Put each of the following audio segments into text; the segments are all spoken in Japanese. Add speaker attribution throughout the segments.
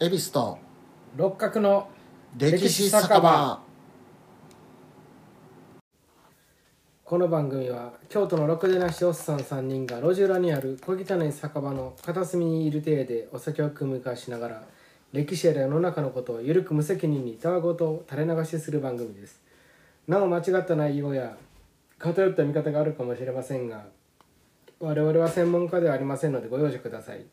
Speaker 1: 恵比寿と
Speaker 2: 六角の
Speaker 1: 歴史酒場
Speaker 2: この番組は京都のろくでなしおっさん3人が路地裏にある小汚い酒場の片隅にいる体でお酒を組み交わしながら歴史や世の中のことをゆるく無責任にたわごとを垂れ流しする番組ですなお間違った内容や偏った見方があるかもしれませんが我々は専門家ではありませんのでご容赦ください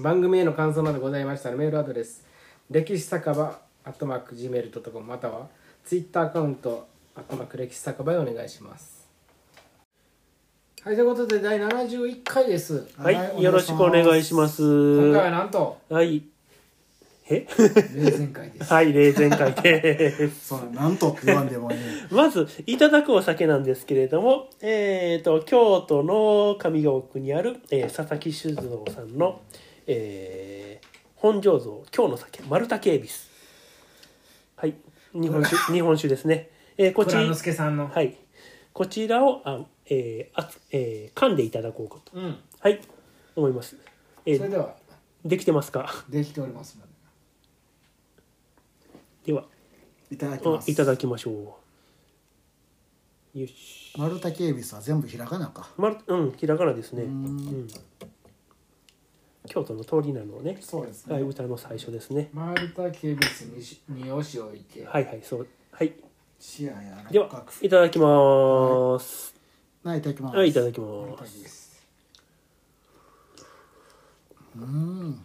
Speaker 2: 番組への感想などございましたらメールアドレス歴史酒場アットマーク Gmail.com またはツイッターアカウントアットマーク歴史酒場へお願いしますはいということで第71回です
Speaker 3: はい、
Speaker 1: はい
Speaker 3: よろしくお願いします。
Speaker 2: 今回は
Speaker 3: は
Speaker 2: なん と
Speaker 3: い。え
Speaker 2: 前々回です
Speaker 3: はい、霊前会です。
Speaker 1: そうなんとって言わんでもいい
Speaker 3: まず、いただくお酒なんですけれども、えっ、と、京都の上京区にある、えー佐々木酒造さんの、えー本醸造、京の酒、丸竹恵比寿。はい、日本酒、日本酒ですね。えーこち
Speaker 2: 倉之助さんの、
Speaker 3: はい、こちらを、あえーあつえー噛んでいただこうかと、
Speaker 2: うん
Speaker 3: はい、思います。え
Speaker 2: それ
Speaker 3: ー
Speaker 2: では
Speaker 3: できてますか
Speaker 2: できておりますので
Speaker 3: では、
Speaker 1: いただき
Speaker 3: あ
Speaker 1: ます
Speaker 3: いただきましょう。よし。
Speaker 1: 丸竹恵比寿は全部ひらがなか
Speaker 3: まる、うん、ひらがなですね。
Speaker 1: う
Speaker 3: うんん。京都の通りなのをね。
Speaker 2: そうですね
Speaker 3: はい、歌の最初ですね。
Speaker 2: 丸太警備室にしにおし置いて、
Speaker 3: はいはい、そう。はい。
Speaker 1: シアや
Speaker 3: で
Speaker 1: 六
Speaker 3: は
Speaker 1: 角、
Speaker 3: いただきます。
Speaker 1: ないただきます
Speaker 3: はい、いただ
Speaker 1: き
Speaker 3: きま
Speaker 2: 丸
Speaker 3: す。
Speaker 2: 太です
Speaker 1: うん
Speaker 3: うん、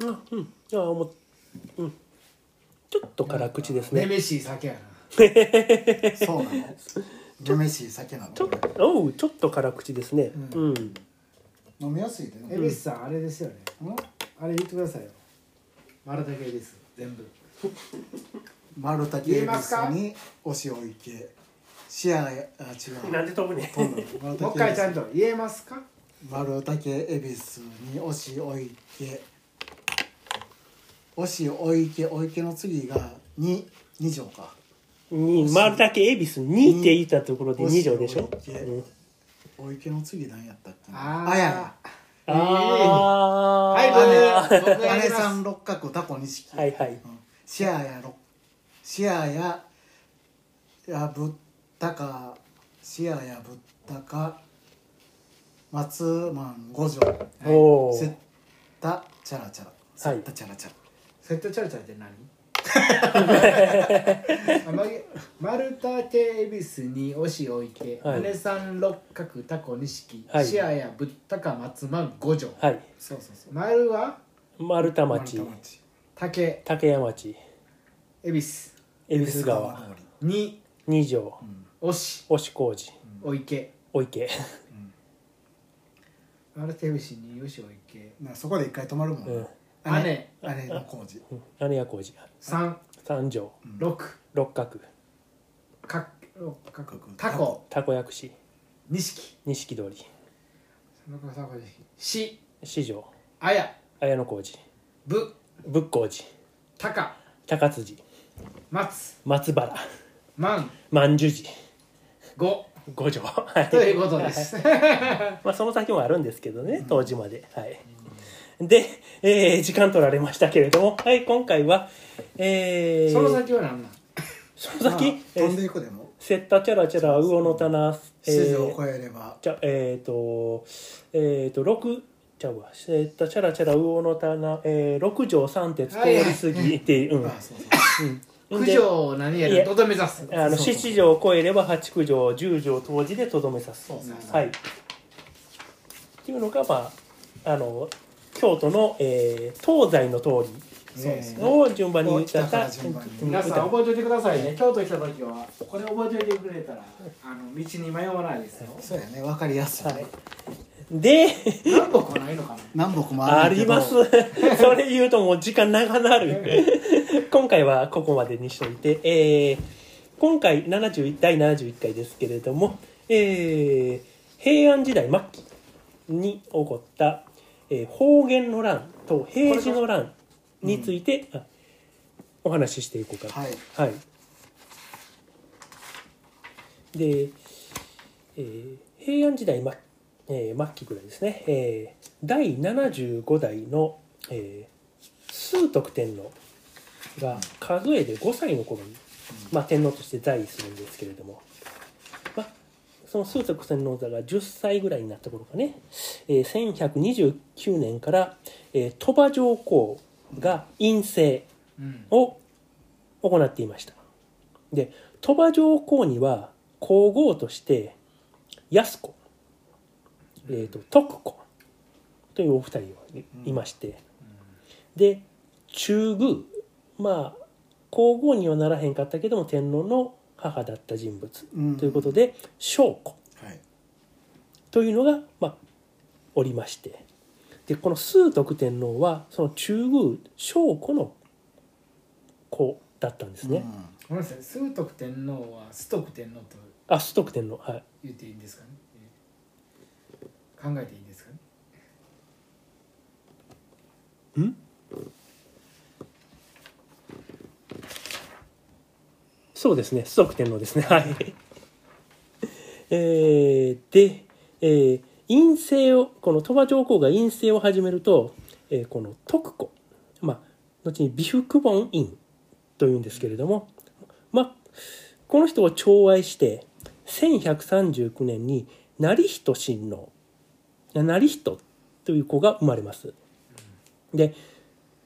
Speaker 3: うん。あー、もう、うん。ちょっと辛口です
Speaker 2: め
Speaker 3: ね。
Speaker 2: めしい酒やな
Speaker 1: そうなの女めしい酒なの
Speaker 3: ちょっ
Speaker 1: これ
Speaker 3: と、おう、ちょっと辛口ですね。うん。
Speaker 1: 飲みやすいで
Speaker 2: 恵
Speaker 1: ね
Speaker 2: 比寿さんあれですよね
Speaker 1: うん
Speaker 2: あれ言ってくださいよ丸太警備室全部
Speaker 1: 丸竹恵比寿にお塩いけシアやあ違う
Speaker 3: なんで飛ぶね。
Speaker 1: 飛んだの
Speaker 2: もう一回ちゃんと言えますか
Speaker 1: 丸竹恵比寿に押し置いて押し置いて置いての次が2二条か
Speaker 3: に、丸竹恵比寿2って言ったところで2条でしょ
Speaker 1: 押。置いて
Speaker 3: うん
Speaker 1: 置いての次何やったっけ
Speaker 2: あ
Speaker 1: な
Speaker 2: ー
Speaker 1: あや
Speaker 2: えー
Speaker 3: あ
Speaker 2: はい
Speaker 3: ー
Speaker 2: 僕僕
Speaker 1: や
Speaker 2: が
Speaker 1: 姉
Speaker 2: やります
Speaker 1: さん六角タコ錦
Speaker 3: はいはい
Speaker 1: うんシアやろシアややぶったかシアやぶったか松満五条
Speaker 3: お
Speaker 1: せっ
Speaker 3: ー
Speaker 1: たチャラチャラせったチャラチャラ
Speaker 2: セットチャルチャルって 何あまげ丸太警備室におし置いて、
Speaker 3: はい
Speaker 2: 姉さん六角タコ錦、
Speaker 3: はい
Speaker 2: シアやぶったか松満五条
Speaker 3: はい
Speaker 1: そうそうそう
Speaker 2: 丸は
Speaker 3: 丸太町
Speaker 1: 丸太町
Speaker 2: 竹
Speaker 3: 竹山町
Speaker 2: 恵比寿
Speaker 3: 恵比寿川
Speaker 1: 通
Speaker 2: に
Speaker 3: 二条
Speaker 2: おし
Speaker 3: 押工事
Speaker 2: 置いて
Speaker 3: お池
Speaker 2: 丸太警備室におし置いて
Speaker 1: りなそこで一回止まるもん、
Speaker 3: うん
Speaker 1: 姉姉の工事
Speaker 3: 金谷工事
Speaker 2: 三
Speaker 3: 三条
Speaker 2: 六
Speaker 3: 六角
Speaker 2: 角六角
Speaker 1: 角
Speaker 2: タコ
Speaker 3: たこ焼き市
Speaker 2: 錦
Speaker 3: 錦通り
Speaker 2: 六角タコ錦し
Speaker 3: 四条
Speaker 2: あや
Speaker 3: 綾野工事
Speaker 2: ぶ
Speaker 3: 仏工寺
Speaker 2: たか
Speaker 3: 高辻
Speaker 2: 松
Speaker 3: 松原
Speaker 2: 満
Speaker 3: 万寿寺
Speaker 2: 五
Speaker 3: 五条はい
Speaker 2: ということです。
Speaker 3: まあ、その先もあるんですけどね、当時まで。はい。で、えー時間取られましたけれども、はい、今回は、え ー、
Speaker 2: その先は何なん
Speaker 3: その先
Speaker 1: まあ
Speaker 3: え
Speaker 1: 飛ん
Speaker 3: ー
Speaker 1: でいくでも
Speaker 3: セッタチャラチャラ、魚の棚、え
Speaker 1: 指示を
Speaker 3: ー、
Speaker 1: 超えれば、
Speaker 3: じゃ、えっ、と、えっ、と、六、ちゃうわ、セッタチャラチャラ、魚の棚、えー、六条三鉄通り過ぎっていう、
Speaker 1: あそうそう
Speaker 3: うん。
Speaker 2: 九
Speaker 3: で
Speaker 2: 条を何や
Speaker 3: い
Speaker 2: る
Speaker 3: え
Speaker 2: とどめ指す。
Speaker 3: あの
Speaker 1: そうそう
Speaker 3: 七条を超えれば八九条十条当時でとどめさす
Speaker 1: そう
Speaker 2: そうそう
Speaker 3: はいっていうのがまああの京都の、えー東西の通
Speaker 1: そうです
Speaker 3: り
Speaker 1: ね
Speaker 3: を順番に歌
Speaker 1: 北
Speaker 3: っ
Speaker 1: か
Speaker 3: た
Speaker 1: ら順番に
Speaker 2: 皆さん
Speaker 3: 歌
Speaker 2: 覚えておいてくださいね。京都来た時はこれ覚えておいてくれたらあの道に迷わないですよ。
Speaker 1: そうやね分かりやすい、
Speaker 3: はいで
Speaker 2: 南北はないのか な。
Speaker 1: 南北も
Speaker 3: あ
Speaker 1: ある
Speaker 3: り
Speaker 1: けど
Speaker 3: ます それ言うともう時間長なる今回はここまでにしといて、えー今回71第71回ですけれども、えー平安時代末期に起こった、えー方言の乱と平治の乱について、あお話ししていこうかと
Speaker 1: はい
Speaker 3: はい。で、えー平安時代末,、えー末期ぐらいですね、えー第75代の、えー崇徳天皇が数えで5歳の頃に、まあ、天皇として在位するんですけれども、まあ、その崇徳天皇座が10歳ぐらいになった頃かね、えー1129年から、えー鳥羽上皇が院政
Speaker 1: うん
Speaker 3: を行っていましたで鳥羽上皇には皇后として安子、えー、と徳子というお二人がいいまして、で中宮まあ皇后にはならへんかったけども天皇の母だった人物
Speaker 1: うん
Speaker 3: ということで将子
Speaker 1: はい
Speaker 3: というのが、まあ、おりましてでこの崇徳天皇はその中宮将子の子だったんですね。
Speaker 4: ごめんなさい崇徳天皇は崇徳天皇と
Speaker 3: あ、崇徳天皇、はい。
Speaker 4: 言っていいんですかねえー考えていいんですかね
Speaker 3: そうですね、崇徳天皇ですね。はい。 えーで、えー陰性を、この鳥羽上皇が陰性を始めると、えーこの徳子、まあ、後に美福本院というんですけれども、まあ、この人を寵愛して、1139年に成人親王、いや成人という子が生まれます。で、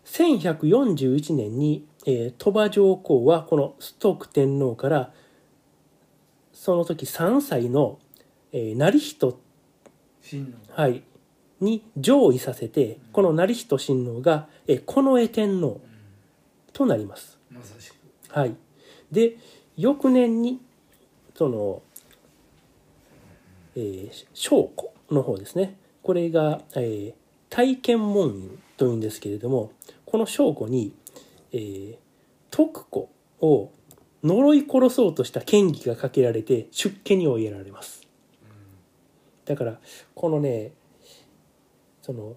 Speaker 3: 1141年に、えー鳥羽上皇はこの崇徳天皇からその時3歳の、えー成人、
Speaker 4: 親王
Speaker 3: はい、に上位させてこの成人親王が、えー近衛天皇となります。
Speaker 4: まさしく
Speaker 3: はい、で翌年にその、えー、将校の方ですねこれが、えー体験門院というんですけれどもこの将校に、えー徳子を呪い殺そうとした嫌疑がかけられて出家に追いやられます。だからこのねその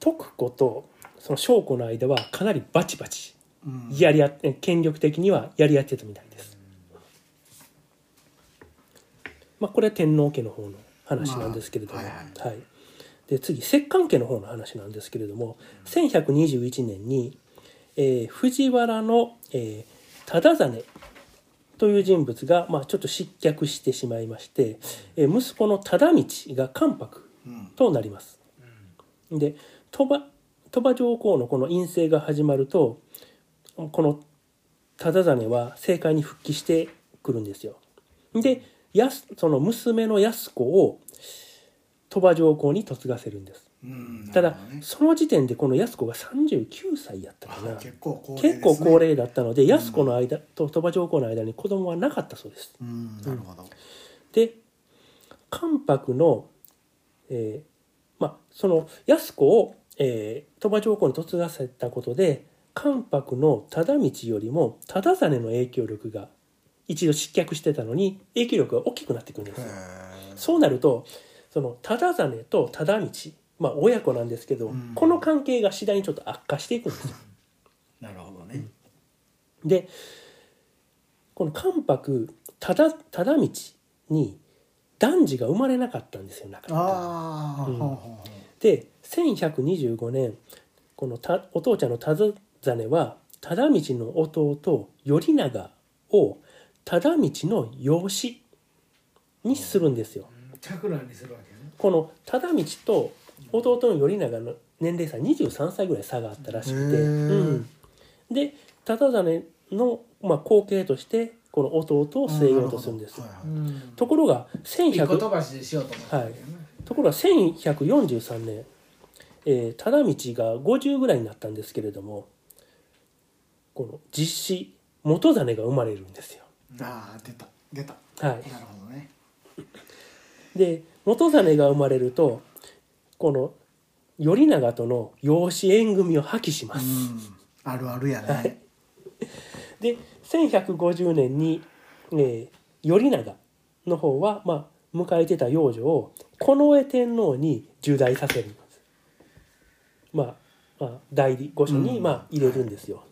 Speaker 3: 徳子とその将校の間はかなりバチバチ
Speaker 1: うん
Speaker 3: やりあって権力的にはやり合ってたみたいです、まあ、これは天皇家の方の話なんですけれども、
Speaker 1: まあ
Speaker 3: はい
Speaker 1: は
Speaker 3: で次摂関家の方の話なんですけれども1121年に、えー藤原の、えー忠真という人物が、まあ、ちょっと失脚してしまいまして、えー息子の忠道が関白
Speaker 1: うん
Speaker 3: となります。で鳥羽鳥羽上皇のこの院政が始まるとこの忠真は政界に復帰してくるんですよ。でやすその娘の安子を鳥羽上皇に嫁がせるんです。
Speaker 1: うん
Speaker 3: た
Speaker 1: な
Speaker 3: だ
Speaker 1: るほどね
Speaker 3: その時点でこの安子が39歳やったかな
Speaker 1: あ結構高齢ですね
Speaker 3: 結構高齢だったので安子の間と鳥羽上皇の間に子供はなかったそうです。
Speaker 1: うんなるほど
Speaker 3: で関白の、えーまあ、その安子を、えー鳥羽上皇に嫁がせたことで関白の忠道よりも忠真の影響力が一度失脚してたのに影響力が大きくなってくるんですよ。
Speaker 1: へー
Speaker 3: そうなるとその忠真と忠道、まあ、親子なんですけど、
Speaker 1: うん
Speaker 3: この関係が次第にちょっと悪化していくんですよ。
Speaker 1: なるほどね
Speaker 3: でこの関白忠忠道に男児が生まれなかったんですよなかなか。
Speaker 1: ああ
Speaker 3: うん
Speaker 1: ほうほうほ
Speaker 3: で1125年このたお父ちゃんの忠真は忠道の弟頼長を忠道の養子にするんですよ。
Speaker 4: うん着乱にするわけね
Speaker 3: この忠道と弟の頼長の年齢差23歳ぐらい差があったらしく
Speaker 1: へ
Speaker 3: て、
Speaker 1: ー
Speaker 3: うん、で忠真の、まあ、後継としてこの弟を
Speaker 1: う
Speaker 3: 据えようとするんです、
Speaker 1: なほどはいはい
Speaker 4: ん
Speaker 3: ところが
Speaker 4: 一個
Speaker 3: 1100
Speaker 4: 飛ばしでしようと思ったんだけどね
Speaker 3: ところが1143年、えー忠道が50ぐらいになったんですけれどもこの実子元実が生まれるんですよ。
Speaker 1: ああ出た出た
Speaker 3: はい、
Speaker 1: なるほどね
Speaker 3: で元実が生まれるとこの頼長との養子縁組を破棄し
Speaker 1: う
Speaker 3: ます、
Speaker 1: んあるあるやね、
Speaker 3: はいで1150年に、えー頼長の方は、まあ、迎えてた養女を近衛天皇に従代させるんですまあ、まあ、代理御所に、
Speaker 1: うん
Speaker 3: まあ、入れるんですよ、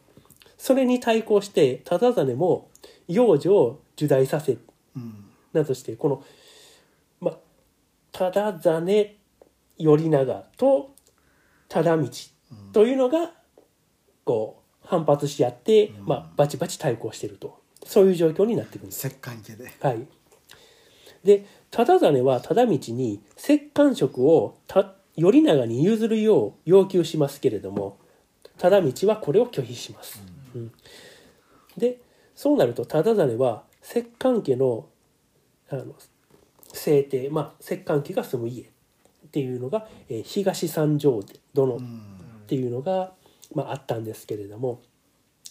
Speaker 3: それに対抗して忠真も養女を従代させ
Speaker 1: うん
Speaker 3: などしてこのまあ忠真頼長と忠道というのが構反発し合って、まあ、バチバチ対抗してるとそういう状況になっていくんです。
Speaker 1: 摂関家で
Speaker 3: はい、で忠真は忠道に摂関職をた頼長に譲るよう要求しますけれども忠道はこれを拒否します。うんでそうなると忠真は摂関家のあの制定、まあ、摂関家が住む家っていうのが、えー東三条殿
Speaker 1: うん
Speaker 3: っていうのが、まあ、あったんですけれども、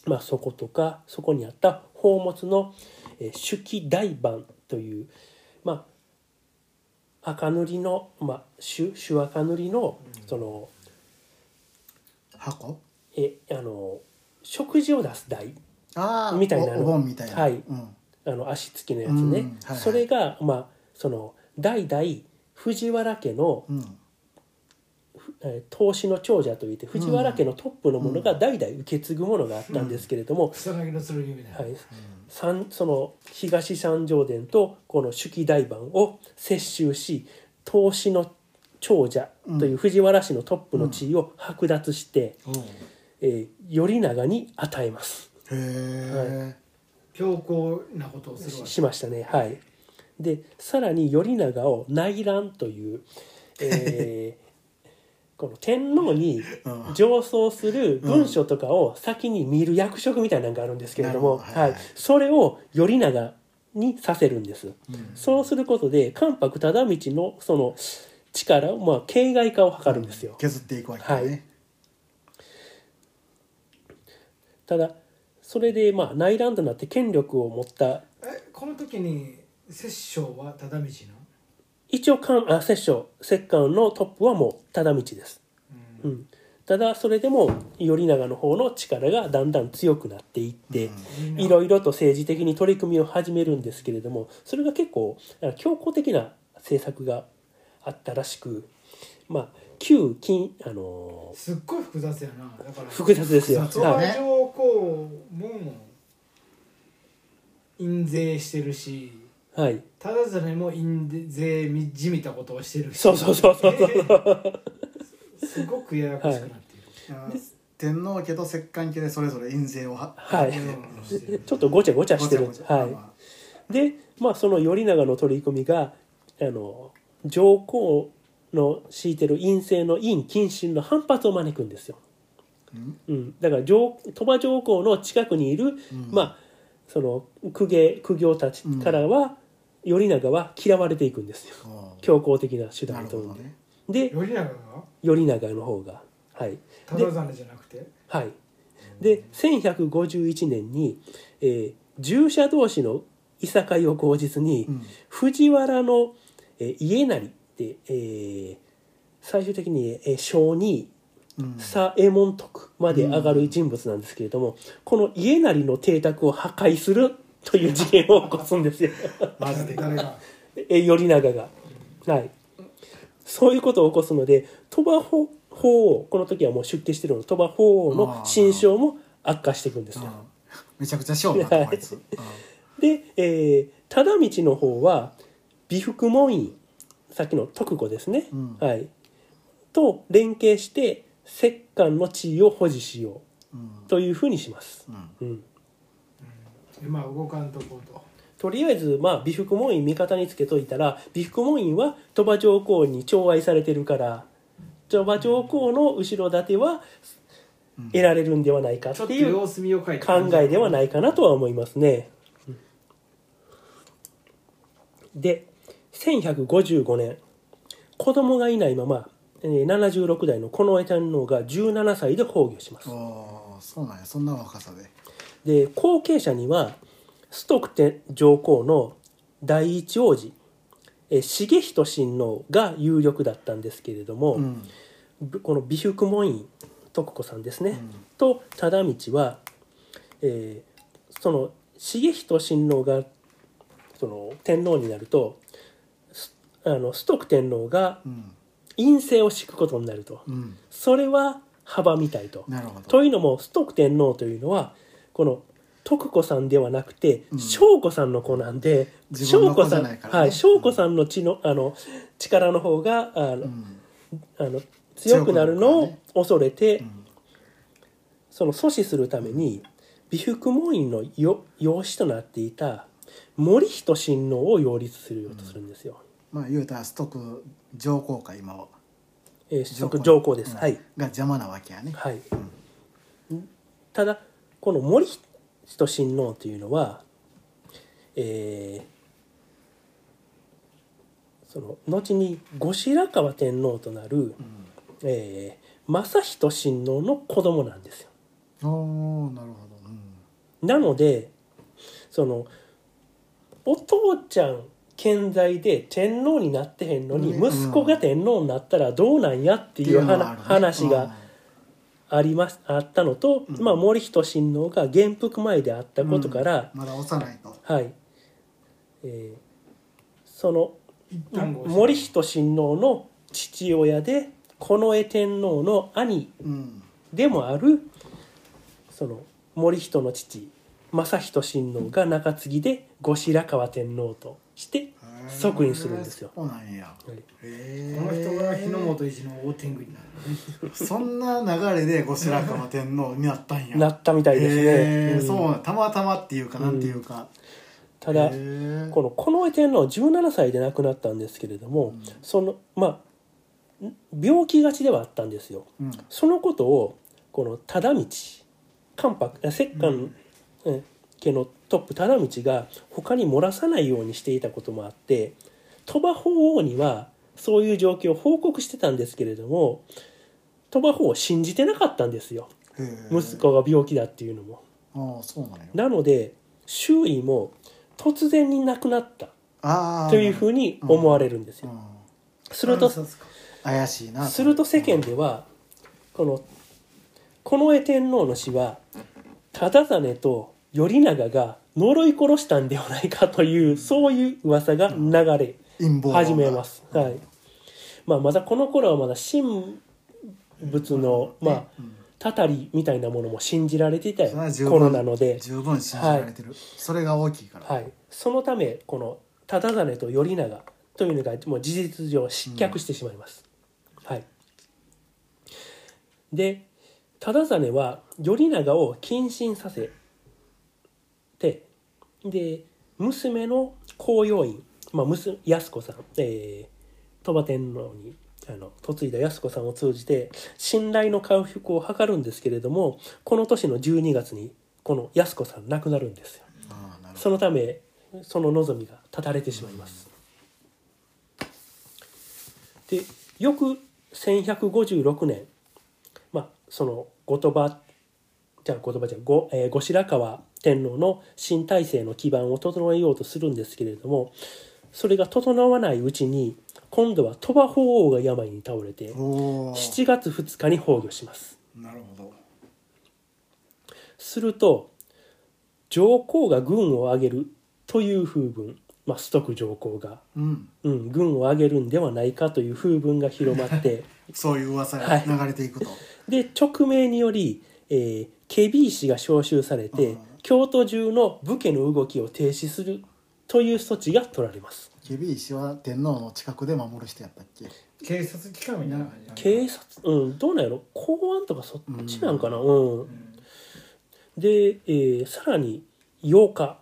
Speaker 3: まあ、そことかそこにあった宝物の「えー手記大判」という、まあ、赤塗りの、まあ、朱朱赤塗りのその、
Speaker 1: 箱
Speaker 3: えあの食事を出す台
Speaker 1: ああ
Speaker 3: みたいな
Speaker 1: お
Speaker 3: の
Speaker 1: お盆みたいな
Speaker 3: はい
Speaker 1: うん
Speaker 3: あの足つきのやつね、
Speaker 1: うんはいはい
Speaker 3: それが、まあ、その代々藤原家の、
Speaker 1: うん
Speaker 3: えー投資の長者といって藤原家のトップのものが代々受け継ぐものがあったんですけれども、
Speaker 2: 草薙の剣みたいな、
Speaker 3: はい、三その東三条殿とこの手記大判を接収し投資の長者という藤原氏のトップの地位を剥奪して、
Speaker 1: おう
Speaker 3: えー頼長に与えます
Speaker 1: へえ
Speaker 2: 強硬なことをするわ
Speaker 3: し
Speaker 2: け
Speaker 3: しましたねはいでさらに頼長を内乱という、え ーこの天皇に
Speaker 1: うん
Speaker 3: 上奏する文書とかを先に見る役職みたいなのがあるんですけれども、
Speaker 1: なるほどは
Speaker 3: は
Speaker 1: いい
Speaker 3: それを頼長にさせるんです、そうすることで関白忠道のその力を、まあ、形骸化を図るんですよ、
Speaker 1: 削っていくわけだ
Speaker 3: はい
Speaker 1: ね
Speaker 3: ただそれでまあ内乱となって権力を持った
Speaker 2: えこの時に摂政は忠道の
Speaker 3: 一応関あ摂政摂関のトップはもう忠道です、
Speaker 2: う
Speaker 3: うんん、ただそれでも頼長の方の力がだんだん強くなっていって、
Speaker 2: みんない
Speaker 3: ろいろと政治的に取り組みを始めるんですけれどもそれが結構あ強硬的な政策があったらしくまあ旧金あのー
Speaker 2: すっごい複雑やなだから
Speaker 3: 複雑ですよ、
Speaker 1: 複雑
Speaker 2: 鳥
Speaker 1: だ
Speaker 2: 羽
Speaker 1: ね
Speaker 3: はい、
Speaker 2: 上皇も印税してるし
Speaker 3: はい、
Speaker 2: ただれも印税みじみたことをしてるし
Speaker 3: そうそうそうそうそう
Speaker 2: すごくややこしくなっている、
Speaker 1: あー天皇家と摂関家でそれぞれ印税をは
Speaker 3: はい
Speaker 2: うんしてる
Speaker 3: ちょっとごちゃごちゃ
Speaker 1: ご
Speaker 3: して
Speaker 1: ちゃ
Speaker 3: る
Speaker 1: ごちゃ
Speaker 3: はいでまあその頼長の取り組みがあの上皇の敷いてる陰性の陰謹慎の反発を招くんですよ、
Speaker 1: うん
Speaker 3: うん、だから上鳥羽上皇の近くにいる、
Speaker 1: うん
Speaker 3: まあその公家公行たちからは、頼長は嫌われていくんですよ
Speaker 1: おう
Speaker 3: 強硬的な手
Speaker 1: な
Speaker 3: 段
Speaker 1: る
Speaker 3: と
Speaker 1: ほ
Speaker 3: るん
Speaker 1: ど
Speaker 3: で、
Speaker 1: ね
Speaker 3: で
Speaker 2: 頼長が
Speaker 3: 頼長の方がはい
Speaker 2: ただれじゃなくて
Speaker 3: はい、で1151年に、えー従者同士のいさかいを口実に、
Speaker 1: うん
Speaker 3: 藤原の、えー家成って、えー最終的に、えー、小二
Speaker 1: うん
Speaker 3: 左衛門徳まで上がる人物なんですけれども、この家成の邸宅を破壊するという事件を起こすんですよ
Speaker 1: マジで
Speaker 2: 誰が
Speaker 3: えー頼長が。はいそういうことを起こすので鳥羽法王この時はもう出家してるの鳥羽法王の心象も悪化していくんですよ。
Speaker 1: うんめちゃくちゃしようなってこいつ
Speaker 3: で、えー、忠道の方は美福門院さっきの徳子ですね、
Speaker 1: うん
Speaker 3: はい、と連携して摂関の地位を保持しよ
Speaker 1: うん
Speaker 3: うというふうにします、
Speaker 1: うんうん
Speaker 3: うん、
Speaker 2: 今動かんとこうと
Speaker 3: とりあえず、まあ、美福門院味方につけといたら美福門院は鳥羽上皇に寵愛されてるから鳥羽上皇の後ろ盾は
Speaker 1: うん
Speaker 3: 得られるんではないかっ
Speaker 2: ちょっと
Speaker 3: ていう
Speaker 2: 様子見を書いて
Speaker 3: 考えではいないかなとは思いますね。で1155年子供がいないまま、えー76代の近衛天皇が17歳で崩御します。
Speaker 1: おーそうなんやそんな若さで
Speaker 3: で後継者には崇徳天上皇の第一王子えー重仁親王が有力だったんですけれども、
Speaker 1: うん
Speaker 3: ぶこの美福門院徳子さんですね、と忠道は、えーその重仁親王がその天皇になるとすあの崇徳天皇が
Speaker 1: うん
Speaker 3: 院政を敷くことになると、
Speaker 1: うん
Speaker 3: それは阻みたいと。
Speaker 1: なるほど
Speaker 3: というのも崇徳天皇というのはこの徳子さんではなくて
Speaker 1: うん
Speaker 3: 翔子さんの子なんで
Speaker 1: 自分
Speaker 3: 翔
Speaker 1: の子
Speaker 3: 子
Speaker 1: じ
Speaker 3: さ
Speaker 1: ゃ
Speaker 3: ん
Speaker 1: ないからね
Speaker 3: はい翔子さんの血のあの力の方が
Speaker 1: う
Speaker 3: あの
Speaker 1: ん
Speaker 3: あの強くなるのを恐れて、
Speaker 1: うん
Speaker 3: その阻止するために美福門院のよ養子となっていた森仁親王を擁立するようとするんですよ。
Speaker 1: まあ言うたらストック上皇か今は
Speaker 3: えー、即上皇です、
Speaker 1: うん
Speaker 3: はい、
Speaker 1: が邪魔なわけやね
Speaker 3: はいただこの森仁親王というのは、えーその後に後白河天皇となる、えー正仁親王の子供なんですよ。
Speaker 1: ああなるほど、うん
Speaker 3: なのでそのお父ちゃん健在で天皇になってへんのに
Speaker 1: うん
Speaker 3: 息子が天皇になったらどうなんやっていう
Speaker 1: の
Speaker 3: 話
Speaker 1: があるね
Speaker 3: 話が。ありますあったのと、
Speaker 1: うん
Speaker 3: まあ、森仁親王が元服前であったことから、
Speaker 1: うんまだ幼いと
Speaker 3: はい、えーその
Speaker 2: 一旦合
Speaker 3: 森仁親王の父親で近衛天皇の兄
Speaker 1: うん
Speaker 3: でもあるその森仁の父正仁親王が中継ぎで後白河天皇として即位するんですよ
Speaker 1: そうなんや
Speaker 3: はい
Speaker 1: へ
Speaker 2: こ
Speaker 1: ー
Speaker 2: の人が日の本一の大天狗になる
Speaker 1: そんな流れで後白河天皇になったんや
Speaker 3: なったみたいですね
Speaker 1: へ。ー
Speaker 3: うん
Speaker 1: そうなんたまたまっていうかなんていうか、
Speaker 3: ただ
Speaker 1: へー
Speaker 3: この近衛天皇17歳で亡くなったんですけれども、
Speaker 1: ん
Speaker 3: そのまあん病気がちではあったんですよ。
Speaker 1: うん
Speaker 3: そのことをこの忠道関白あ摂関うん家のトップ忠道が他に漏らさないようにしていたこともあって鳥羽法皇にはそういう状況を報告してたんですけれども鳥羽法皇を信じてなかったんですよ
Speaker 1: へー
Speaker 3: 息子が病気だっていうのも。
Speaker 1: ああそうなんや
Speaker 3: なので周囲も突然に亡くなった
Speaker 1: ああ
Speaker 3: というふうに思われるんです
Speaker 1: う
Speaker 3: よ。
Speaker 1: ん
Speaker 3: すると
Speaker 2: 暗殺か
Speaker 1: 怪しいな
Speaker 3: すると世間ではこの近衛天皇の死は忠実と頼長が呪い殺したんではないかというそういう噂が流
Speaker 1: 陰
Speaker 3: れ
Speaker 1: 謀
Speaker 3: 始めます。
Speaker 1: うん
Speaker 3: はいまあ、まだこの頃はまだ神仏の、まあ、
Speaker 1: うん
Speaker 3: たたりみたいなものも信じられていた
Speaker 1: それは十分
Speaker 3: 頃なので、
Speaker 1: 十分信じられてる、それが大きいから、
Speaker 3: はい、そのためこの忠実と頼長というのがもう事実上失脚してしまいます。はい、で忠実は頼長を謹慎させてで娘の公用院、まあ、娘安子さん、えー鳥羽天皇にあの嫁いだ安子さんを通じて信頼の回復を図るんですけれどもこの年の12月にこの安子さん亡くなるんですよ。
Speaker 1: ああなるほ
Speaker 3: そのためその望みが断たれてしまいます。で翌1156年まあその後鳥羽じゃあ後鳥羽じゃご、えー後白河天皇の新体制の基盤を整えようとするんですけれどもそれが整わないうちに今度は鳥羽法皇が病に倒れて
Speaker 1: どおお
Speaker 3: 7月2日に崩御します。
Speaker 1: なるほど
Speaker 3: すると上皇が軍を挙げるという風文、まあ、崇徳上皇が、
Speaker 1: うん
Speaker 3: うん、軍を挙げるんではないかという風文が広まって
Speaker 1: そういう噂が流れていくと、
Speaker 3: で勅命により、えー、ケビー氏が召集され
Speaker 1: う
Speaker 3: て
Speaker 1: ん
Speaker 3: 京都中の武家の動きを停止するという措置が取られます
Speaker 1: ケビー氏は天皇の近くで守る人やったっけ
Speaker 2: 警察機関みたいな感じなんだ
Speaker 3: 警察、うん、どうなんやろ公安とかそっちなんかなうん
Speaker 2: うん
Speaker 3: で、えーさらに8日、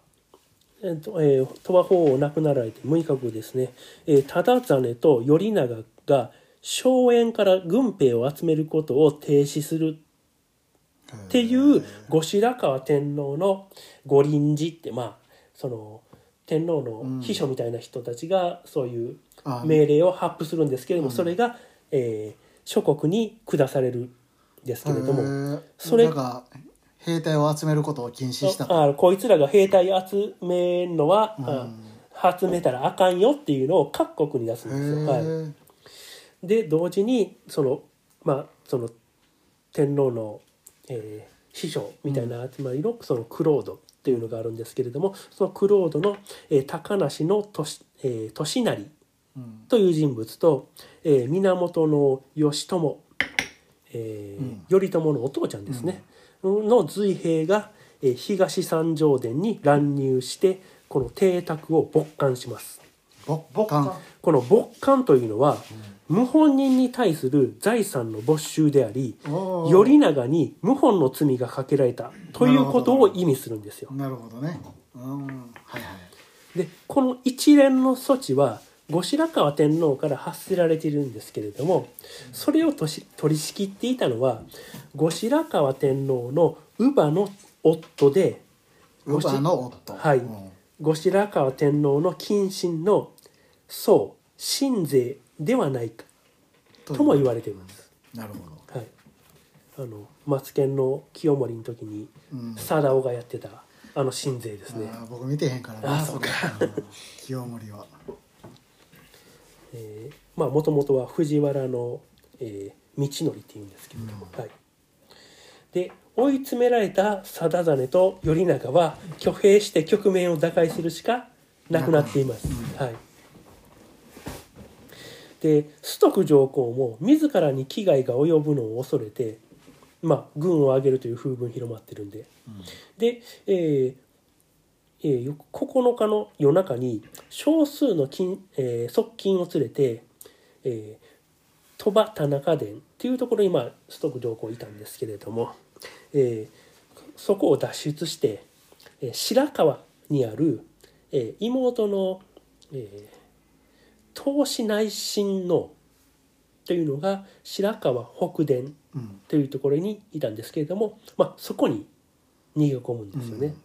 Speaker 3: えーとえー鳥羽法皇を亡くなられて6日後ですね、えー、忠実と頼長が荘園から軍兵を集めることを停止する
Speaker 1: っ
Speaker 3: っていう後白河天皇の御臨時ってまあその天皇の秘書みたいな人たちがそういう
Speaker 1: あ
Speaker 3: 命令を発布するんですけれども、
Speaker 1: うん
Speaker 3: それが、えー諸国に下されるんですけれども。そ
Speaker 1: そ
Speaker 3: れ
Speaker 1: れが兵隊を集めることを禁止したと
Speaker 3: あこいつらが兵隊集めんのは、
Speaker 1: うん
Speaker 3: あ集めたらあかんよっていうのを各国に出すん
Speaker 1: へ
Speaker 3: ですよ。は
Speaker 1: え
Speaker 3: い、で同時にそのまあその天皇の、えー師匠みたいな集まりの、そのクロードっていうのがあるんですけれどもそのクロードの、えー高梨のとし、えー、利成
Speaker 1: うん
Speaker 3: という人物と、えー源の義朝、えー
Speaker 1: うん
Speaker 3: 頼朝のお父ちゃんですね、の随兵が、えー東三条殿に乱入してこの邸宅を勃艦します。
Speaker 1: へ勃漢
Speaker 3: この勃漢というのは、謀反人に対する財産の没収であり
Speaker 1: おー
Speaker 3: 頼長に謀反の罪がかけられたということを意味するんですよ。
Speaker 1: なるほどねうんはいはい
Speaker 3: でこの一連の措置は後白河天皇から発せられているんですけれどもそれをとし取り仕切っていたのは後白河天皇の乳母の夫で
Speaker 1: 乳母の夫
Speaker 3: はい
Speaker 1: うん
Speaker 3: 後白河天皇の近親の宋親税ではないかとも言われています。
Speaker 1: なるほど
Speaker 3: はい、あのマツケンの清盛の時に
Speaker 1: うん
Speaker 3: 貞夫がやってたあの親税ですね。
Speaker 1: あー僕見てへんからな
Speaker 3: あーそうか
Speaker 1: れうん清盛は
Speaker 3: えーまあもともとは藤原の、えー道則っていうんですけれども、はい、で追い詰められた定実と頼長は挙兵して局面を打開するしかなくなっています。はいで崇徳上皇も自らに危害が及ぶのを恐れて、まあ、軍を挙げるという風文広まってるんで、で、えーえーよ9日の夜中に少数の金、えー側近を連れて、えー鳥羽田中殿っていうところに今崇徳上皇いたんですけれども、えーそこを脱出して、えー白河にある、えー妹の、えー、東市内親王というのが白河北殿
Speaker 1: うん
Speaker 3: というところにいたんですけれども、まあ、そこに逃げ込むんですよね。
Speaker 1: うん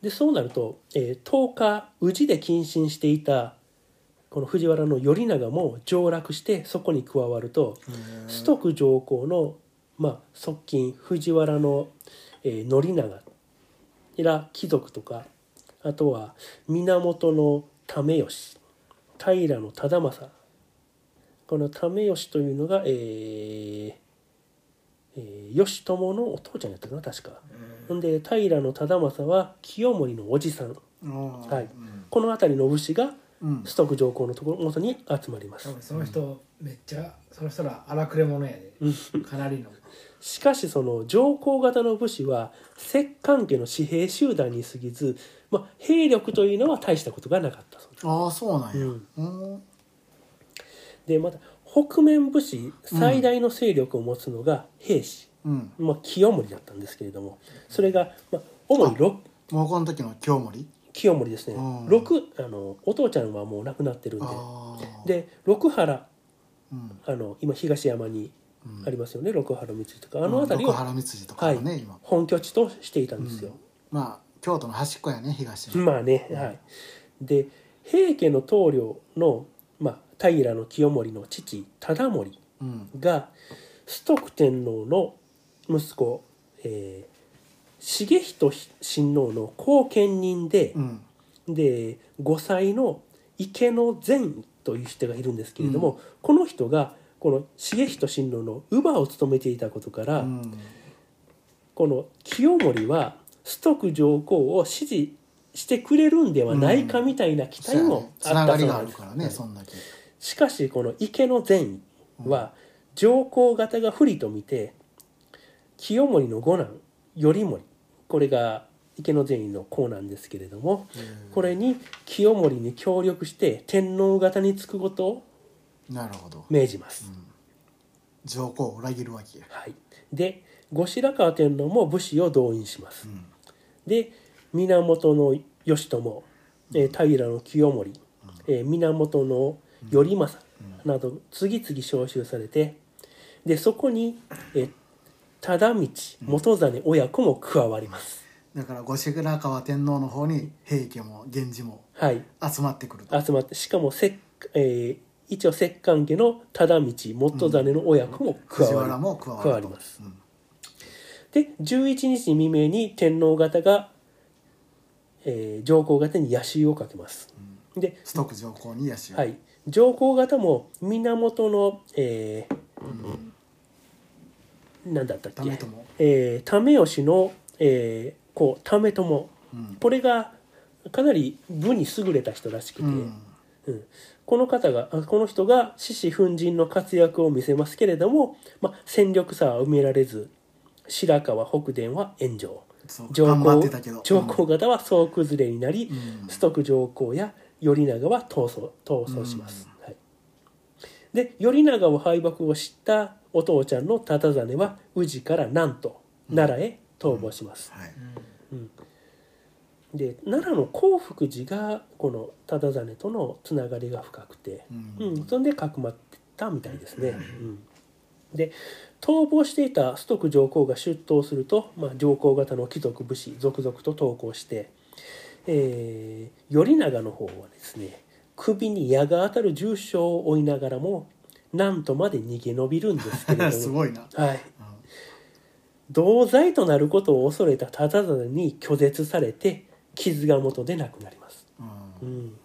Speaker 3: でそうなると、えー10日宇治で謹慎していたこの藤原の頼長も上洛してそこに加わると
Speaker 1: へー
Speaker 3: 崇徳上皇の、まあ、側近藤原の、えー宣長ら貴族とかあとは源の為義平の忠政この為義というのが、えーえー義朝のお父ちゃんやったかな確か。ほんで平の忠政は清盛のおじさん
Speaker 1: おー
Speaker 3: はい
Speaker 1: うん
Speaker 3: この辺りの武士が
Speaker 1: うん
Speaker 3: 崇徳上皇のところ元に集まります
Speaker 2: 多分その人めっちゃその人ら荒くれ者やでかなりの
Speaker 3: しかしその上皇型の武士は摂関家の私兵集団に過ぎず、まあ、兵力というのは大したことがなかったそうです
Speaker 1: ああそうなんや
Speaker 3: うん
Speaker 1: うん
Speaker 3: でまた北面武士最大の勢力を持つのが兵士、
Speaker 1: うん
Speaker 3: まあ、清盛だったんですけれどもそれが、まあ、主にろ
Speaker 1: もうこの時の清盛
Speaker 3: 清盛ですね
Speaker 1: うん
Speaker 3: 六あのお父ちゃんはもう亡くなってるんで
Speaker 1: ああ
Speaker 3: で六原
Speaker 1: うん
Speaker 3: あの今東山に
Speaker 1: うん
Speaker 3: ありますよね、六原三井とかあの辺り
Speaker 1: 六
Speaker 3: を
Speaker 1: 原光とかもね
Speaker 3: は
Speaker 1: 今
Speaker 3: 本拠地としていたんですよ、
Speaker 1: まあ京都の端っこやね東の
Speaker 3: まあね、はい、で平家の棟梁の、まあ、平清盛の父忠盛
Speaker 1: うん
Speaker 3: が崇徳天皇の息子、えー重仁親王の後見人で
Speaker 1: う、ん
Speaker 3: で5歳の池の善という人がいるんですけれども、この人がこの重仁親王の乳母を務めていたことから、
Speaker 1: うん
Speaker 3: この清盛は崇徳上皇を支持してくれるんではないかみたいな期
Speaker 1: そう
Speaker 3: 待
Speaker 1: や
Speaker 3: も
Speaker 1: ねつ
Speaker 3: あ
Speaker 1: な
Speaker 3: った
Speaker 1: が
Speaker 3: そ
Speaker 1: り
Speaker 3: う
Speaker 1: が
Speaker 3: な
Speaker 1: あ
Speaker 3: ん
Speaker 1: る
Speaker 3: です
Speaker 1: から
Speaker 3: は
Speaker 1: ね
Speaker 3: い
Speaker 1: そんだけ
Speaker 3: しかしこの池の善意は上皇方が不利と見て清盛の五男頼盛これが池の善意の子なんですけれどもこれに清盛に協力して天皇方につくことを
Speaker 1: なるほど
Speaker 3: 命じます。
Speaker 1: 上皇を裏切るわけや
Speaker 3: はい、で後白河天皇も武士を動員します。
Speaker 1: ん
Speaker 3: で源の義朝、えー平の清盛、えー源の頼政など次々召集されてでそこに、えー忠道元実親子も加わります。
Speaker 1: だから後白河天皇の方に平家も源氏も
Speaker 3: はい、
Speaker 1: 集まってくると
Speaker 3: 集まってしかも摂えー一応摂関家の忠道元実の親子も加
Speaker 1: 藤
Speaker 3: わり,、
Speaker 1: 原も加わる
Speaker 3: 加
Speaker 1: と
Speaker 3: わります。
Speaker 1: うん
Speaker 3: で11日未明に天皇方が、えー上皇方に野襲をかけます、で、
Speaker 1: 崇徳上皇に野心
Speaker 3: はい、上皇方も源の、えーなんだったっけ
Speaker 1: 為朝
Speaker 3: えー為義の、えー、こう為朝
Speaker 1: うん
Speaker 3: これがかなり武に優れた人らしくて、
Speaker 1: うん
Speaker 3: うんこの方があこの人が獅子奮陣の活躍を見せますけれども、まあ、戦力差は埋められず白河北殿は炎上
Speaker 1: そう
Speaker 3: 上
Speaker 1: 頑張っ
Speaker 3: 皇
Speaker 1: てたけど
Speaker 3: 上皇方は総崩れになり、
Speaker 1: うん
Speaker 3: 崇徳上皇や頼長は逃走逃走します、はい、で頼長を敗北を知ったお父ちゃんの忠真は宇治からなんと奈良へ逃亡します、
Speaker 1: はい
Speaker 3: で奈良の興福寺がこの忠真とのつながりが深くて、
Speaker 1: うん
Speaker 3: うん、そんでかくまってたみたいですね、うん、で逃亡していた崇徳上皇が出頭すると、まあ、上皇型の貴族武士続々と投降して、えー頼長の方はですね首に矢が当たる重傷を負いながらもなんとまで逃げ延びるんですけれど も
Speaker 1: すごいな
Speaker 3: はい、同罪となることを恐れた忠真に拒絶されて傷が元で亡くなります、
Speaker 1: うん
Speaker 3: うん、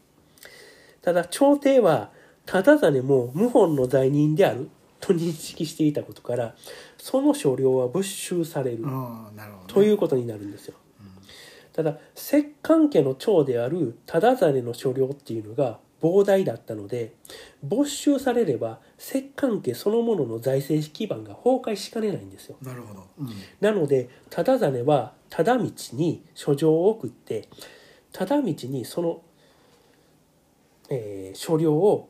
Speaker 3: ただ朝廷は忠真も謀反の罪人であると認識していたことからその所領は没収される
Speaker 1: うんなるほど
Speaker 3: と
Speaker 1: ね
Speaker 3: いうことになるんですよ、ただ摂関家の長である忠真の所領っていうのが膨大だったので没収されれば摂関家そのものの財政基盤が崩壊しかねないんですよ
Speaker 1: なるほどうん
Speaker 3: なので忠真は忠道に書状を送って忠道にその、えー書領を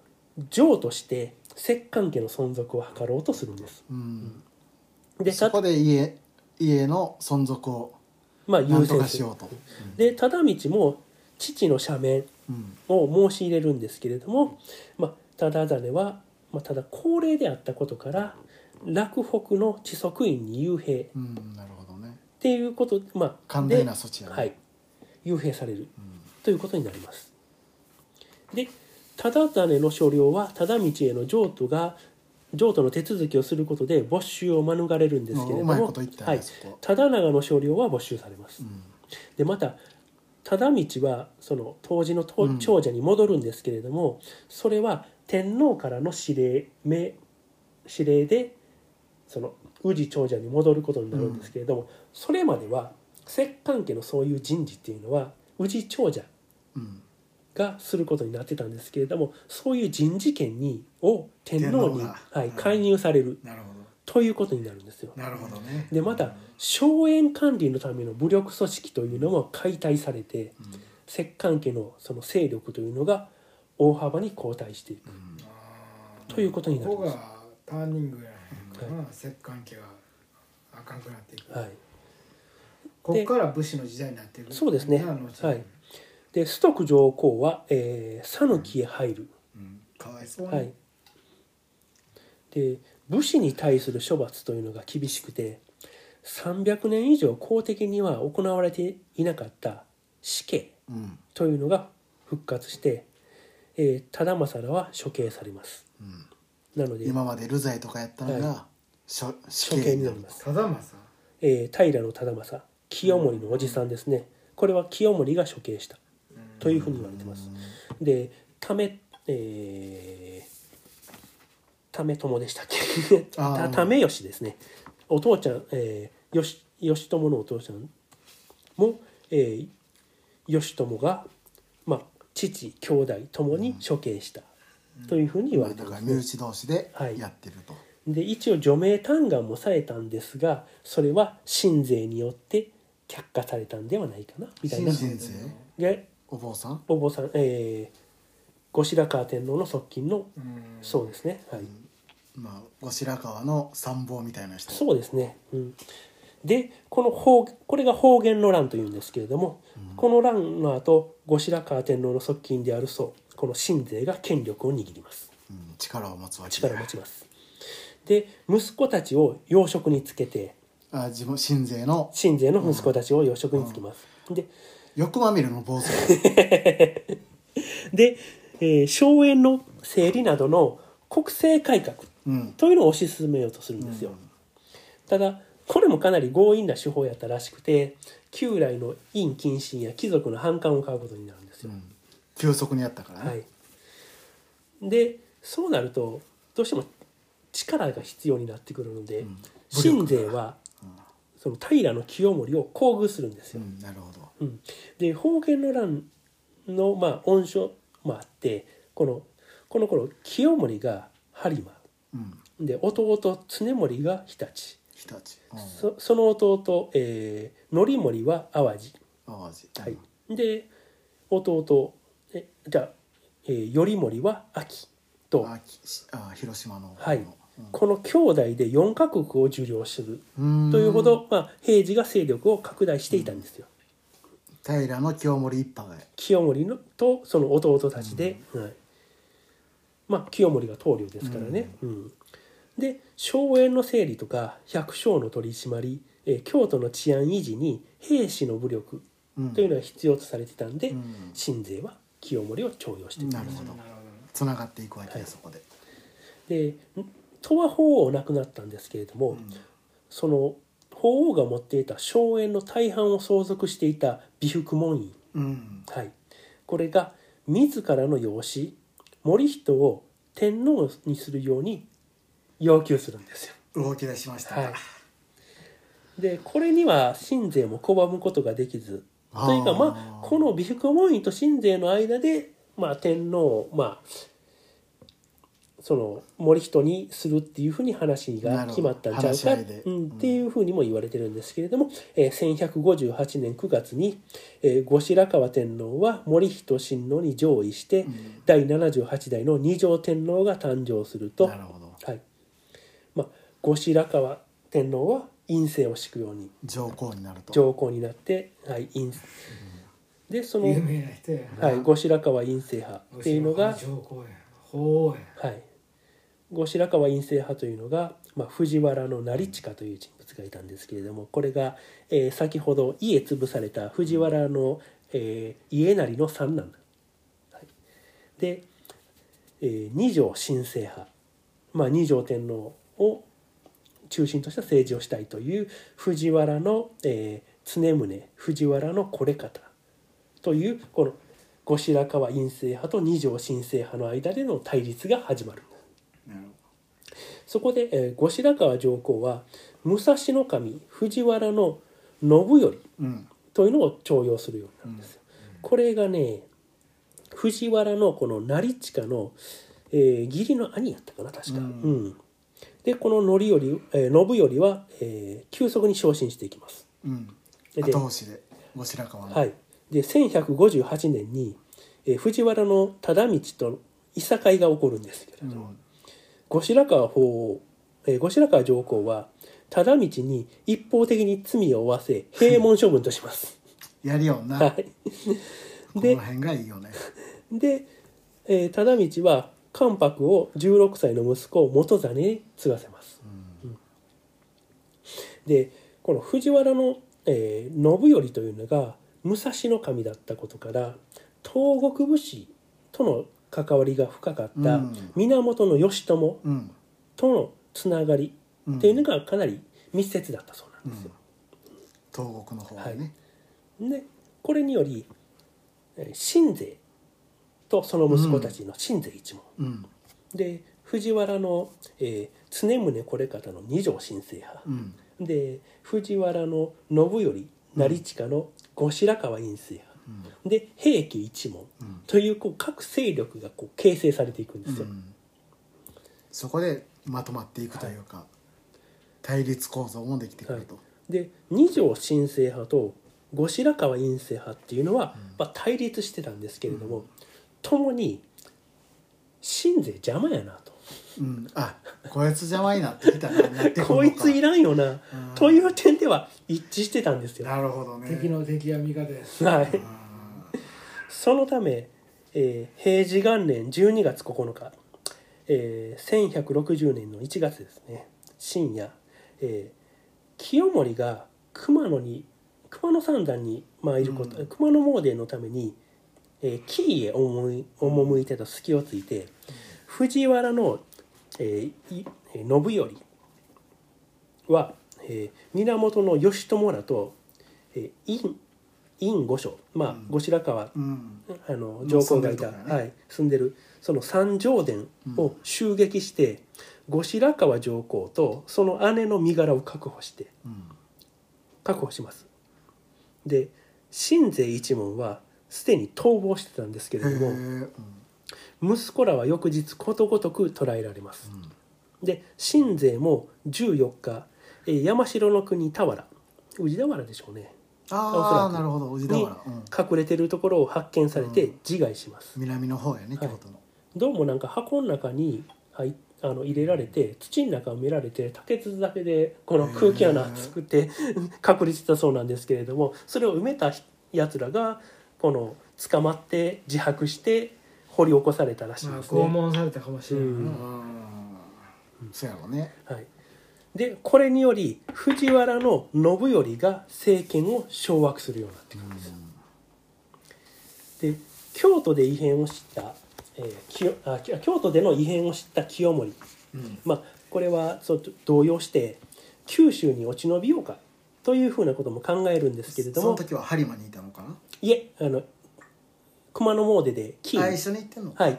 Speaker 3: 譲として摂関家の存続を図ろうとするんです。
Speaker 1: うん
Speaker 3: で
Speaker 1: そこで家家の存続を
Speaker 3: まあ
Speaker 1: なん
Speaker 3: 優
Speaker 1: と
Speaker 3: 先
Speaker 1: か
Speaker 3: す
Speaker 1: し
Speaker 3: る
Speaker 1: ようと
Speaker 3: で忠道も父の赦免
Speaker 1: うん
Speaker 3: を申し入れるんですけれども、まあ、忠真は、まあ、ただ高齢であったことから洛北の地足院に幽閉っ
Speaker 1: うんなるほどね
Speaker 3: ていうこと、まあ、
Speaker 1: 寛
Speaker 3: で
Speaker 1: 大な措置やね
Speaker 3: はい、幽閉される
Speaker 1: うん
Speaker 3: ということになります。で忠種の所領は忠道への譲渡が譲渡の手続きをすることで没収を免れるんですけれども
Speaker 1: うまいこと言ったね
Speaker 3: はい
Speaker 1: そこ、
Speaker 3: 忠長の所領は没収されます。
Speaker 1: うん
Speaker 3: でまた忠道はその当時のと
Speaker 1: うん
Speaker 3: 長者に戻るんですけれども、それは天皇からの指令命指令でその宇治長者に戻ることになるんですけれども、それまでは摂関家のそういう人事っていうのは宇治長者
Speaker 1: うん
Speaker 3: がすることになってたんですけれどもそういう人事権にを天皇
Speaker 1: 天皇
Speaker 3: に
Speaker 1: が
Speaker 3: はい、
Speaker 1: うん
Speaker 3: 介入される
Speaker 1: なるほど
Speaker 3: ということになるんですよ。
Speaker 1: なるほどね
Speaker 3: でまた荘園管理のための武力組織というのも解体されて摂関家のその勢力というのが大幅に後退していくということにな
Speaker 2: こ
Speaker 3: り
Speaker 2: こ
Speaker 3: ます。
Speaker 2: がターニングやないかな摂関家が赤くなっていく
Speaker 3: はい、
Speaker 2: ここから武士の時代になっていく
Speaker 3: そうですね、
Speaker 2: な後
Speaker 3: はい、で崇徳上皇は、えー、讃岐へ入る、
Speaker 1: うんかわいそう
Speaker 3: はい、で武士に対する処罰というのが厳しくて300年以上公的には行われていなかった死刑
Speaker 1: うん
Speaker 3: というのが復活して、えー、忠政らは処刑されます
Speaker 1: うん
Speaker 3: なので
Speaker 1: 今まで流罪とかやったの
Speaker 3: は
Speaker 1: が処死
Speaker 3: 処刑
Speaker 1: 刑
Speaker 3: に
Speaker 1: に
Speaker 3: な
Speaker 1: な
Speaker 3: り
Speaker 1: る
Speaker 3: ます、
Speaker 2: 忠政
Speaker 3: えー、平忠政清盛のおじさんですねこれは清盛が処刑したというふうに言われてますで為えー、為朝でしたっけ
Speaker 1: あー
Speaker 3: た為義ですねお父ちゃん、えー、義義朝のお父ちゃんも、えー、義朝が、まあ、父兄弟ともに処刑したというふうに言われて
Speaker 1: だ
Speaker 3: ま
Speaker 1: から
Speaker 3: す、
Speaker 1: 身
Speaker 3: ね、
Speaker 1: 内同士で
Speaker 3: はい
Speaker 1: やってると
Speaker 3: で一応除名嘆願もされたんですがそれは神勢によって却下されたんではないかなみたいな
Speaker 1: 新。人生
Speaker 3: で
Speaker 1: お坊さん
Speaker 3: お坊さん、えー、後白河天皇の側近の
Speaker 2: うん
Speaker 3: そうですね、はい、
Speaker 1: まあ後白河の参謀みたいな人
Speaker 3: そうですね、うん、でこの方これが方言の乱というんですけれども、この乱の後後白河天皇の側近である宋この神勢が権力を握ります
Speaker 1: うん力を持つわけだ
Speaker 3: 力を持ちますで息子たちを養殖につけて
Speaker 1: あ自分神勢の
Speaker 3: 神勢の息子たちを養殖につけます、で
Speaker 1: 欲まみれの坊主
Speaker 3: で、えー荘園の整理などの国政改革
Speaker 1: うん
Speaker 3: というのを推し進めようとするんですよ、ただこれもかなり強引な手法やったらしくて旧来の陰謹慎や貴族の反感を買うことになるんですよ、
Speaker 1: 急速にやったからね、
Speaker 3: はいでそうなるとどうしても力が必要になってくるので、神勢は、その平清盛を厚遇するんです
Speaker 1: う
Speaker 3: よ、
Speaker 1: んなるほど
Speaker 3: うん、で方言の乱の、まあ、恩賞もあってこのこの頃清盛が播磨
Speaker 1: うん
Speaker 3: で弟常盛が日立
Speaker 1: 日立うん
Speaker 3: そその弟、えー、則盛は淡路、
Speaker 1: 淡路
Speaker 3: はい、で弟えじゃあ、えー頼盛は秋と、
Speaker 1: あきしあ広島の方の
Speaker 3: はいこの兄弟で4カ国を受領する
Speaker 1: うん
Speaker 3: というほど、まあ、平治が勢力を拡大していたんですよ。
Speaker 1: 平の清盛一派が
Speaker 3: 清盛のとその弟たちで、はい、まあ清盛が棟梁ですからね、うんで荘園の整理とか百姓の取り締まり、えー京都の治安維持に兵士の武力
Speaker 1: うん
Speaker 3: というのが必要とされてたんで、
Speaker 1: ん
Speaker 3: 神勢は清盛を重用していた
Speaker 1: なるほど
Speaker 4: なるほど
Speaker 1: つながっていくわけ
Speaker 3: は
Speaker 1: で
Speaker 3: い
Speaker 1: そこで
Speaker 3: で鳥羽法皇亡くなったんですけれども、
Speaker 1: ん
Speaker 3: その法皇が持っていた荘園の大半を相続していた美福門院
Speaker 1: うん
Speaker 3: はい、これが自らの養子森人を天皇にするように要求するんですよ。
Speaker 1: 動き出しました
Speaker 3: はい、でこれには信勢も拒むことができずというか
Speaker 1: あー
Speaker 3: まあこの美福門院と信勢の間で、まあ、天皇をまあその森人にするっていうふうに話が決まったんちゃ
Speaker 1: なるほ
Speaker 3: う
Speaker 1: ど話し
Speaker 3: か、
Speaker 1: 合いで
Speaker 3: うん、っていうふうにも言われてるんですけれども、えー1158年9月に、えー後白河天皇は森人親王に上位して、
Speaker 1: ん
Speaker 3: 第78代の二条天皇が誕生すると。
Speaker 1: なるほど
Speaker 3: はいまあ、後白河天皇は院政を敷くように
Speaker 1: 上皇になると
Speaker 3: 上皇になって、はい、院でその
Speaker 2: 有、名な人やな
Speaker 3: はい、後白河院政派っていうのが、
Speaker 2: 上皇や法皇や
Speaker 3: はい、後白河院政派というのが、まあ、藤原の成親という人物がいたんですけれどもこれが、えー先ほど家潰された藤原の、えー家成の三男、はい、で、えー二条新政派、まあ、二条天皇を中心とした政治をしたいという藤原の、えー常宗藤原のこれ方というこの後白河院政派と二条新政派の間での対立が始まる
Speaker 1: なる
Speaker 3: そこで、えー後白河上皇は武蔵守藤原の信頼
Speaker 1: うん
Speaker 3: というのを重用するようになるんですよ。これがね藤原のこの成親の、えー義理の兄やったかな確か。
Speaker 1: うん
Speaker 3: うんでこの範頼、えー信頼は、えー急速に昇進していきます。
Speaker 1: うん
Speaker 3: で
Speaker 1: 後押しで後白河の
Speaker 3: はい、で1158年に、えー藤原の忠道といさかいが起こるんですけれど、
Speaker 1: うん
Speaker 3: 後白河法皇、えー後白河上皇は忠道に一方的に罪を負わせ閉門処分とし ます。
Speaker 1: やりよんな
Speaker 3: は
Speaker 1: こ
Speaker 3: い、で
Speaker 1: の辺がいいよね
Speaker 3: で、えー忠道は関白を16歳の息子元実に継がせます。うんでこの藤原の、えー信頼というのが武蔵の神だったことから東国武士との関わりが深かった
Speaker 1: うん
Speaker 3: 源義朝
Speaker 1: うん
Speaker 3: とのつながり
Speaker 1: うん
Speaker 3: っていうのがかなり密接だったそうなんですよ。
Speaker 1: 東国の方でね
Speaker 3: でこれによりえー信勢とその息子たちの信勢一門、
Speaker 1: うん
Speaker 3: で藤原の、えー常宗これ方の二条新政派
Speaker 1: う、ん
Speaker 3: で藤原の信頼成親の後白河院政派、
Speaker 1: うん
Speaker 3: で平家一門
Speaker 1: うん
Speaker 3: というこう各勢力がこう形成されていくんで
Speaker 1: う
Speaker 3: すよ、
Speaker 1: んそこでまとまっていくというか対立構造もできてくると
Speaker 3: で二条新政派と後白河院政派っていうのは、まあ、対立してたんですけれども、共に信勢邪魔やなと。
Speaker 1: うんあこいつ邪魔になってきたななってくるのか
Speaker 3: こいついらんよな、
Speaker 1: うん
Speaker 3: という点では一致してたんですよ。
Speaker 1: なるほどね
Speaker 2: 敵の敵は味方や
Speaker 3: はい、
Speaker 1: あ
Speaker 3: そのため、えー平治元年12月9日、えー1160年の1月ですね深夜、えー清盛が熊野に熊野三段に、まあ、いること、
Speaker 1: うん
Speaker 3: 熊野詣のために、えー紀伊へ赴い赴いてと隙をついて、藤原の、えーいえー信頼は、えー源義朝らと、えー、院院御所まあ、
Speaker 1: うん
Speaker 3: 後白河
Speaker 1: ーうん
Speaker 3: あの上皇がい
Speaker 1: 住
Speaker 3: た、
Speaker 1: んでるとこだね
Speaker 3: はい、住んでるその三条殿を襲撃して、後白河上皇とその姉の身柄を確保して
Speaker 1: うん
Speaker 3: 確保しますで新勢一門はすでに逃亡してたんですけ
Speaker 1: へ
Speaker 3: れども
Speaker 1: え
Speaker 3: 息子らは翌日ことごとく捕らえられます、で新勢も14日えー山城の国田原宇治田原でしょうね
Speaker 1: あ
Speaker 3: おそら
Speaker 1: あ
Speaker 3: く
Speaker 1: なるほど宇治田
Speaker 3: に
Speaker 1: 原、うん、
Speaker 3: 隠れてるところを発見されて自害します、
Speaker 1: 南の方やね
Speaker 3: はい
Speaker 1: 京都の、
Speaker 3: どうもなんか箱の中に入っあの入れられて土の中を見られて竹筒だけでこの空気穴作って確立したそうなんですけれどもそれを埋めたやつらがこの捕まって自白して掘り起こされたらしい
Speaker 2: まあ
Speaker 3: です
Speaker 2: 拷
Speaker 3: ね。
Speaker 2: 問されたかもしれないな、
Speaker 3: うん
Speaker 1: うんそうやろうね
Speaker 3: はい、でこれにより藤原の信頼が政権を掌握するようになってくるんです。で京都で異変を知った、えー清あき京都での異変を知った清盛、
Speaker 1: うん
Speaker 3: まあ、これはそう動揺して九州に落ち延びようかというふうなことも考えるんですけれど
Speaker 1: その
Speaker 3: も
Speaker 1: 時は播磨にいたのかない
Speaker 3: えあの熊野詣で紀伊
Speaker 1: あ
Speaker 3: に
Speaker 1: 一緒に行ってんの、
Speaker 3: はい、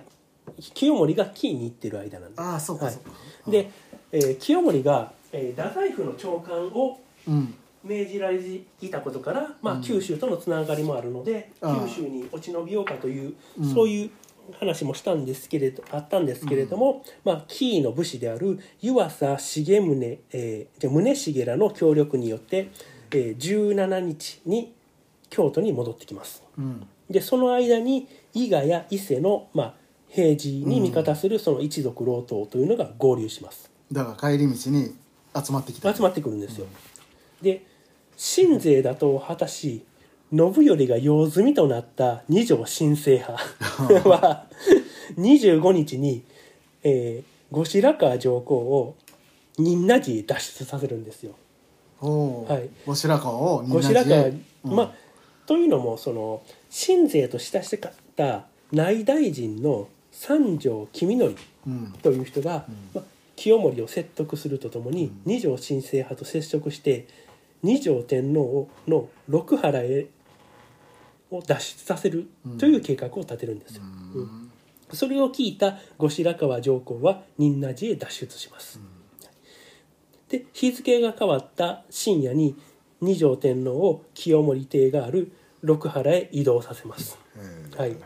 Speaker 3: 清盛が紀伊に行ってる間なんです。
Speaker 1: ああそうか
Speaker 3: はい
Speaker 1: そうか、
Speaker 3: で、えー清盛が、えー太宰府の長官を
Speaker 1: うん
Speaker 3: 命じられていたことから、ま
Speaker 1: う
Speaker 3: あ、
Speaker 1: ん
Speaker 3: 九州とのつながりもあるので、
Speaker 1: ああ
Speaker 3: 九州に落ち延びようかという、
Speaker 1: うん
Speaker 3: そういう話もしたんですけれどあったんですけれども、まあ、紀伊の武士である湯浅重宗、えーじゃあ宗茂らの協力によって、えー17日に京都に戻ってきます。
Speaker 1: うん
Speaker 3: でその間に伊賀や伊勢の、まあ、平治に味方するその一族老党というのが合流します、
Speaker 1: だから帰り道に集まってきた
Speaker 3: 集まってくるんですよ、で新税打倒を果たし信頼が用済みとなった二条新政 派は25日に、えー、後白河上皇を仁和寺へ脱出させるんですよ
Speaker 1: おお、
Speaker 3: はい
Speaker 1: 後白河を
Speaker 3: 後
Speaker 1: 仁
Speaker 3: 白
Speaker 1: 和寺
Speaker 3: 河
Speaker 1: へ、
Speaker 3: まあというのもその新税と親しかった内大臣の三条公則
Speaker 1: うん
Speaker 3: という人が、
Speaker 1: う
Speaker 3: まあ、清盛を説得するとともに、二条新政派と接触して二条天皇をの六原へを脱出させるという計画を立てるんですよ。
Speaker 1: う
Speaker 3: うん
Speaker 1: ん
Speaker 3: それを聞いた後白河上皇は仁和寺へ脱出します、で日付が変わった深夜に二条天皇を清盛邸がある六原へ移動させます、
Speaker 1: えー
Speaker 3: はい、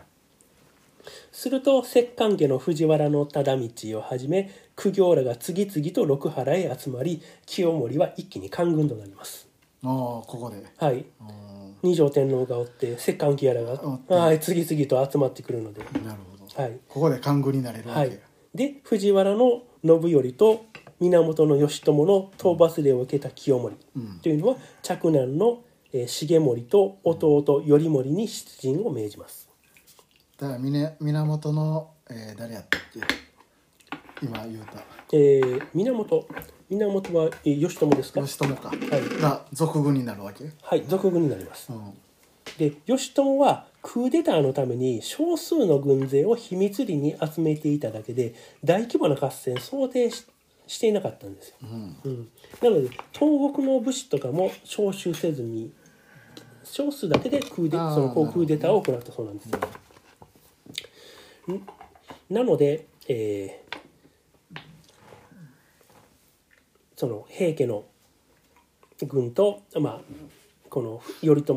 Speaker 3: すると摂関家の藤原の忠道をはじめ苦行らが次々と六原へ集まり清盛は一気に官軍となります
Speaker 1: ああここで
Speaker 3: はい
Speaker 1: ああ
Speaker 3: 二条天皇がおって摂関家らが、
Speaker 1: おって
Speaker 3: はい、次々と集まってくるので
Speaker 1: なるほど、
Speaker 3: はい
Speaker 1: ここで官軍になれるわけ、
Speaker 3: はい、で藤原の信頼と源義朝の討伐令を受けた清盛
Speaker 1: うん
Speaker 3: というのは嫡男のえー重盛と弟頼盛に出陣を命じます
Speaker 1: だからみね源の、えー、誰やったっけ今言うた
Speaker 3: えー源源はえー義朝ですか
Speaker 1: 義朝か、
Speaker 3: い
Speaker 1: が属軍になるわけ、うん、
Speaker 3: はい俗軍になりますで義朝はクーデターのために少数の軍勢を秘密裏に集めていただけで大規模な合戦を想定ししていなかったんですよ
Speaker 1: うん、
Speaker 3: うん、なので東国の武士とかも招集せずに少数だけでクーデ
Speaker 1: あー
Speaker 3: そのこう
Speaker 1: なるほ
Speaker 3: ク
Speaker 1: ど
Speaker 3: ーデターを行ったそうなんです。んなので、えーその平家の軍と、まあ、この頼朝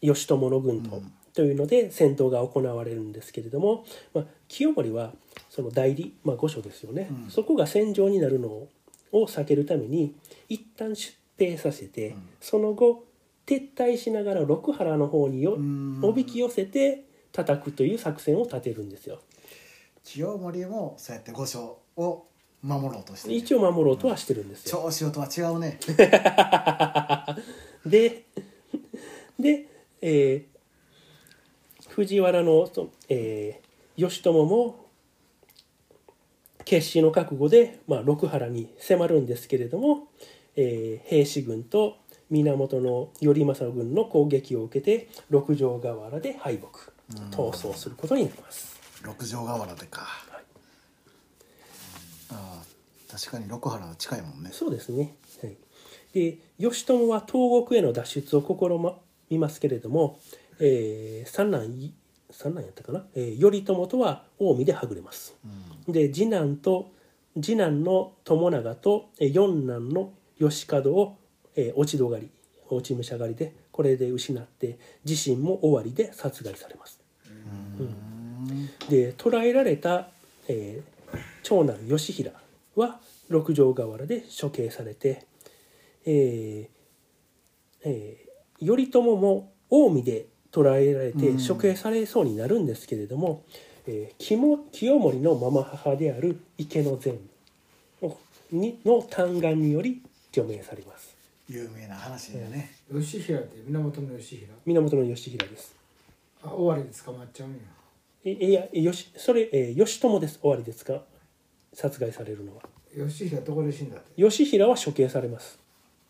Speaker 3: 義朝の軍と,、というので戦闘が行われるんですけれども、まあ、清盛はその代理、まあ、御所ですよね、
Speaker 1: うん
Speaker 3: そこが戦場になるのを避けるために一旦出兵させて、
Speaker 1: ん
Speaker 3: その後撤退しながら六原の方によ
Speaker 1: うん
Speaker 3: おびき寄せて叩くという作戦を立てるんですよ。
Speaker 1: 清盛もそうやって御所を守ろうとしてる
Speaker 3: 一応守ろうとはしてるんですよ。
Speaker 1: 長州とは違うね
Speaker 3: でで、えー藤原の、とえー義朝も決死の覚悟で、まあ、六原に迫るんですけれども、えー兵士軍と源の頼政軍の攻撃を受けて六条河原で敗北逃走することになります。
Speaker 1: 六条河原でか、
Speaker 3: はい
Speaker 1: ああ確かに六原は近いもんね
Speaker 3: そうですね。はい、で義朝は東国への脱出を試みますけれども、えー三男い三男やったかな、えー頼朝とは近江ではぐれます。
Speaker 1: うん
Speaker 3: で次男と次男の友長とえー四男の義門を、えー、落ち度狩り落ち武者狩りでこれで失って自身も尾張で殺害されます。
Speaker 1: うん
Speaker 3: で捕らえられた、えー長男義平は六条河原で処刑されて、えーえー頼朝も近江で捕らえられ
Speaker 1: う
Speaker 3: て
Speaker 1: ん
Speaker 3: 処刑されそうになるんですけれども、えー清清盛のママ母である池の善をにの嘆願により除名されます
Speaker 1: 有名な話だよね、
Speaker 2: 吉平って源の吉平
Speaker 3: 源義平です
Speaker 2: あ終わりで捕まっちゃうんや
Speaker 3: えいやよしそれ、えー義朝です終わりですか殺害されるのは
Speaker 2: 吉平どこで死んだって
Speaker 3: 義平は処刑されます、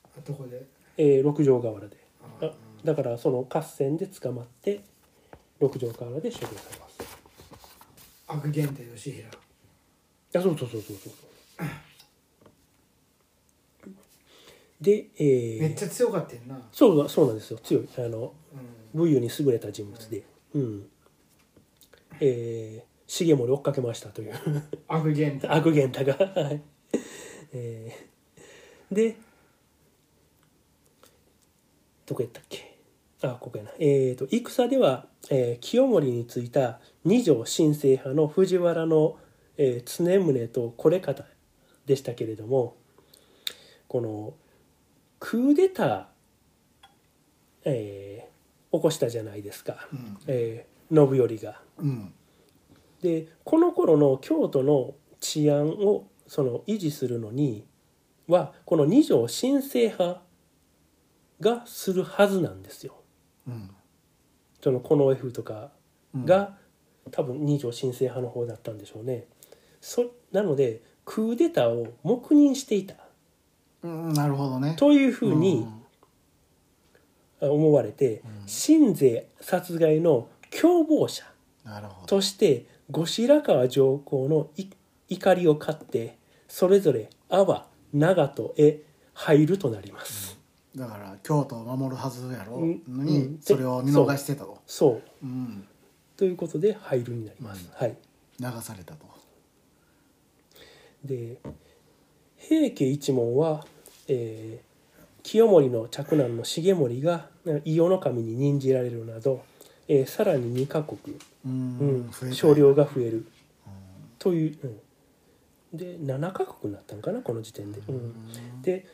Speaker 2: あどこで
Speaker 3: えー六条河原で
Speaker 2: あ
Speaker 3: あだからその合戦で捕まって六条河原で処刑されます
Speaker 2: 悪源って吉平
Speaker 3: あそうそうそうそうそうで、えー
Speaker 2: めっちゃ強かったよな
Speaker 3: そうだそうなんですよ強いあの
Speaker 2: うん
Speaker 3: 武勇に優れた人物でうんえー、重盛を追っかけましたという
Speaker 2: 悪源って
Speaker 3: 悪源太がはいえー、でどこやったっけあここやなえー、と戦では、えー清盛についた二条新政派の藤原の、えー常宗とこれ方でしたけれどもこのクーデター、えー起こしたじゃないですか、
Speaker 1: うん
Speaker 3: えー信頼が。
Speaker 1: うん
Speaker 3: でこの頃の京都の治安をその維持するのにはこの二条新政派がするはずなんですよ。
Speaker 1: うん
Speaker 3: そのこの F とか
Speaker 1: うん
Speaker 3: が、多分二条新政派の方だったんでしょうね。そなのでクーデターを黙認していた
Speaker 1: うんなるほどね
Speaker 3: というふうに思われて
Speaker 1: うん
Speaker 3: 新税殺害の共謀者
Speaker 1: うんなるほど
Speaker 3: として後白河上皇のい怒りを買ってそれぞれ阿波長門へ入るとなります、
Speaker 1: だから京都を守るはずやろ
Speaker 3: うん
Speaker 1: の
Speaker 3: うん
Speaker 1: に
Speaker 3: で
Speaker 1: それを見逃してたと、
Speaker 3: そ
Speaker 1: う
Speaker 3: う
Speaker 1: ん、
Speaker 3: ということで入るになります、
Speaker 1: うん
Speaker 3: はい
Speaker 1: 流されたと
Speaker 3: で平家一門は、えー清盛の嫡男の重盛が伊予の神に任じられるなど、えーさらに2カ国、
Speaker 1: うん
Speaker 3: うん
Speaker 1: 増えた
Speaker 3: 少量が増えるという、うん、で7カ国になったのかなこの時点で。うんで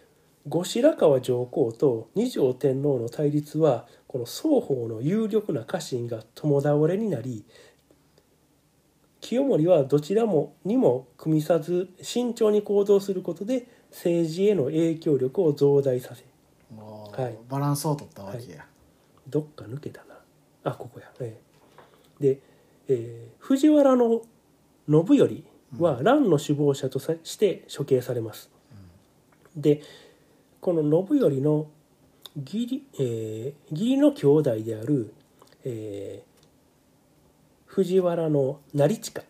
Speaker 3: 後白河上皇と二条天皇の対立はこの双方の有力な家臣が共倒れになり清盛はどちらもにも組みさず慎重に行動することで政治への影響力を増大させ
Speaker 1: もう
Speaker 3: はい
Speaker 1: バランスを取ったわけや、
Speaker 3: どっか抜けたなあここや、ええで、えー藤原の信頼は乱の首謀者とさして処刑されます、でこの信頼の義理,、えー義理の兄弟である、えー藤原の成近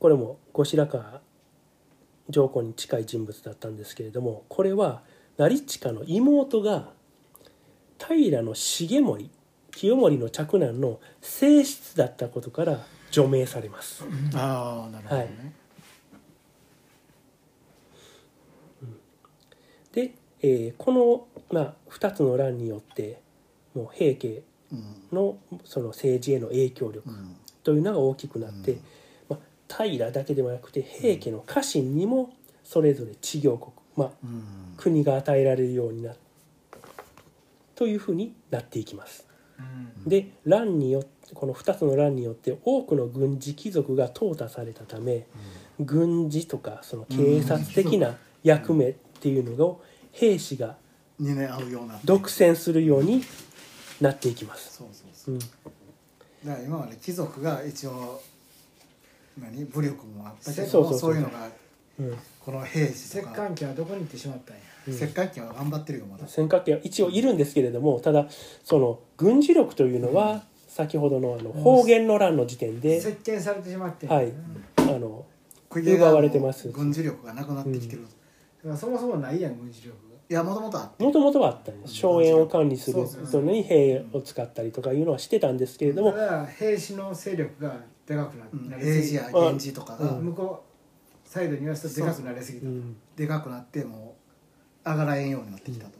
Speaker 3: これも後白河上皇に近い人物だったんですけれどもこれは成近の妹が平重盛清盛の嫡男の正室だったことから除名されます
Speaker 1: ああなるほどね、
Speaker 3: で、えーこの、まあ、2つの乱によってもう平家
Speaker 1: うん
Speaker 3: のその政治への影響力
Speaker 1: うん
Speaker 3: というのが大きくなって、
Speaker 1: うん
Speaker 3: まあ、平だけではなくて平家の家臣にもそれぞれ治業国、まあ、
Speaker 1: うん
Speaker 3: 国が与えられるようになるというふうになっていきます。
Speaker 2: うん
Speaker 3: で乱によってこの2つの乱によって多くの軍事貴族が淘汰されたため、軍事とかその警察的な役目っていうのを兵士が
Speaker 1: 担合うような
Speaker 3: 独占するようになっていきます。、
Speaker 1: そうそうそううんだから今まで貴族が一応何武力もあったけども
Speaker 3: そうそうそう
Speaker 1: そういうのが
Speaker 3: うん、
Speaker 1: この兵士
Speaker 2: 折
Speaker 1: とか
Speaker 2: 棺機はどこに行ってしまったんや
Speaker 1: 石棺機は頑張ってるよまだ
Speaker 3: 戦火家は一応いるんですけれどもただその軍事力というのは先ほどのあの方言の乱の時点で、
Speaker 2: 接見されてしまってんや
Speaker 3: はいあの
Speaker 1: 国が
Speaker 3: 奪われてます
Speaker 1: 軍事力がなくなってきてる、い
Speaker 2: だからそもそもないやん軍事力
Speaker 1: やもともとあって
Speaker 3: もともとはあったんです荘園を管理する
Speaker 2: そうです
Speaker 3: そのに兵を使ったりとかいうのはしてたんですけれども
Speaker 2: がだから兵士の勢力がでかくな
Speaker 1: うん
Speaker 2: なり
Speaker 1: 平
Speaker 2: す
Speaker 1: 時
Speaker 2: ぎ
Speaker 1: や源氏とかが
Speaker 2: 向こうサイドに言わせたらでかくなりすぎた
Speaker 3: うん
Speaker 1: でかくなってもう上がらへんようになってきたと、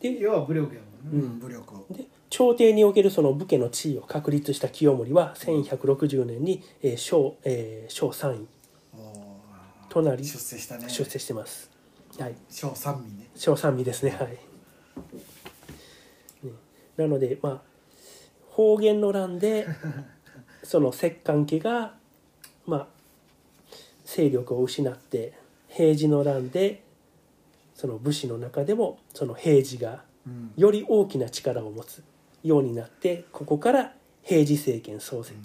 Speaker 3: で
Speaker 2: 要は武力やも
Speaker 1: う
Speaker 2: んなん
Speaker 1: 武力を
Speaker 3: で朝廷におけるその武家の地位を確立した清盛は1160年にえー小、えー小3位
Speaker 1: もう
Speaker 3: となり
Speaker 1: 出世したね
Speaker 3: 出世してます。はい、
Speaker 1: 小三民ね
Speaker 3: 小三位ですね。はい。なのでまあ方言の乱でその摂関家がまあ勢力を失って平治の乱でその武士の中でもその平治が
Speaker 1: うん
Speaker 3: より大きな力を持つようになってここから平治政権創設、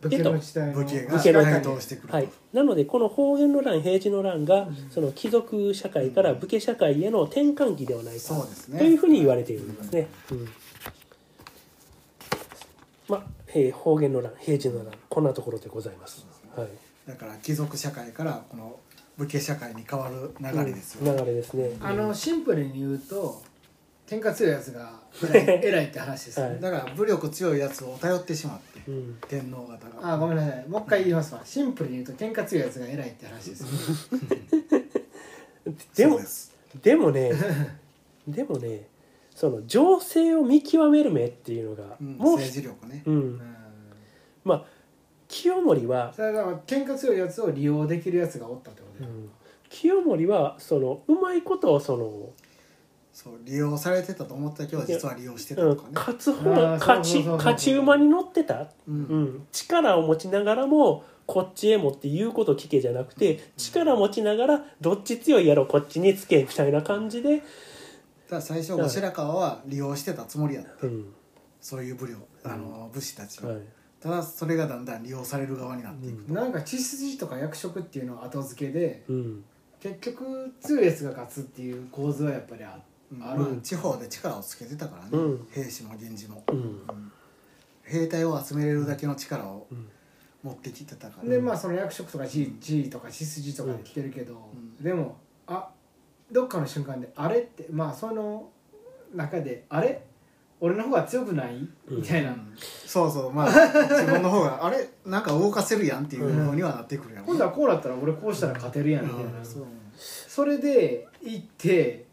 Speaker 2: 武家の時代の
Speaker 1: 武家が
Speaker 3: 武家の
Speaker 1: 台頭してくると、
Speaker 3: はい、なのでこの方言の乱平治の乱がその貴族社会から武家社会への転換期ではないか
Speaker 1: そうですね
Speaker 3: というふうに言われているんですね。うんまあ、えー方言の乱平治の乱こんなところでございます。はい
Speaker 1: だから貴族社会からこの武家社会に変わる流れですよ、
Speaker 3: うん流れですね。
Speaker 2: あのシンプルに言うと喧嘩強いやつ が偉い偉いって話ですよね
Speaker 3: はい
Speaker 1: だから武力強いやつを頼ってしまって
Speaker 3: うん
Speaker 1: 天皇方が
Speaker 2: あごめんなさいもう一回言いますわシンプルに言うと喧嘩強いやつが偉いって話ですよね
Speaker 3: で
Speaker 1: そ
Speaker 3: も
Speaker 1: うです
Speaker 3: でも ねでもねその情勢を見極める目っていうのが、
Speaker 1: うん
Speaker 3: もう、
Speaker 1: 政治力ね、
Speaker 3: うん
Speaker 2: うん
Speaker 3: まあ清盛は
Speaker 2: それは喧嘩強いやつを利用できるやつがおったってことだよ
Speaker 3: 清盛はそのうまいことをその、
Speaker 1: そう利用されてたと思ったけど実は利用してた
Speaker 3: うん
Speaker 1: とかね、
Speaker 3: 勝つ方
Speaker 2: あー
Speaker 3: 勝
Speaker 2: そう
Speaker 3: ち
Speaker 2: そうそうそう
Speaker 3: 勝ち馬に乗ってた、
Speaker 1: うん
Speaker 3: うん、力を持ちながらもこっちへもって言うこと聞けじゃなくて力持ちながらどっち強いやろこっちにつけみたいな感じで、
Speaker 1: ただ最初後白河は利用してたつもりやった
Speaker 3: うん
Speaker 1: そういう武力あの武士たちが、
Speaker 3: はい
Speaker 1: ただそれがだんだん利用される側になっていく、
Speaker 2: なんか血筋とか役職っていうのは後付けで
Speaker 3: うん
Speaker 2: 結局強いやつが勝つっていう構図はやっぱりあ
Speaker 1: うん
Speaker 2: ある、
Speaker 1: まあ地方で力をつけてたからね、
Speaker 3: うん
Speaker 1: 兵士も源氏も、
Speaker 3: うん
Speaker 1: 兵隊を集めれるだけの力を
Speaker 3: うん
Speaker 1: 持ってきてたから、
Speaker 2: でまあその役職とか地地位とか血筋とかで来てるけど、
Speaker 1: うん
Speaker 2: でもあどっかの瞬間であれってまあその中であれ俺の方が強くないみたいな、
Speaker 1: うんそうそうまあ自分の方があれなんか動かせるやんっていうふうにはなってくるやん、
Speaker 2: 今度はこうなったら俺こうしたら勝てるやんみたいな、
Speaker 1: そう
Speaker 2: それで行って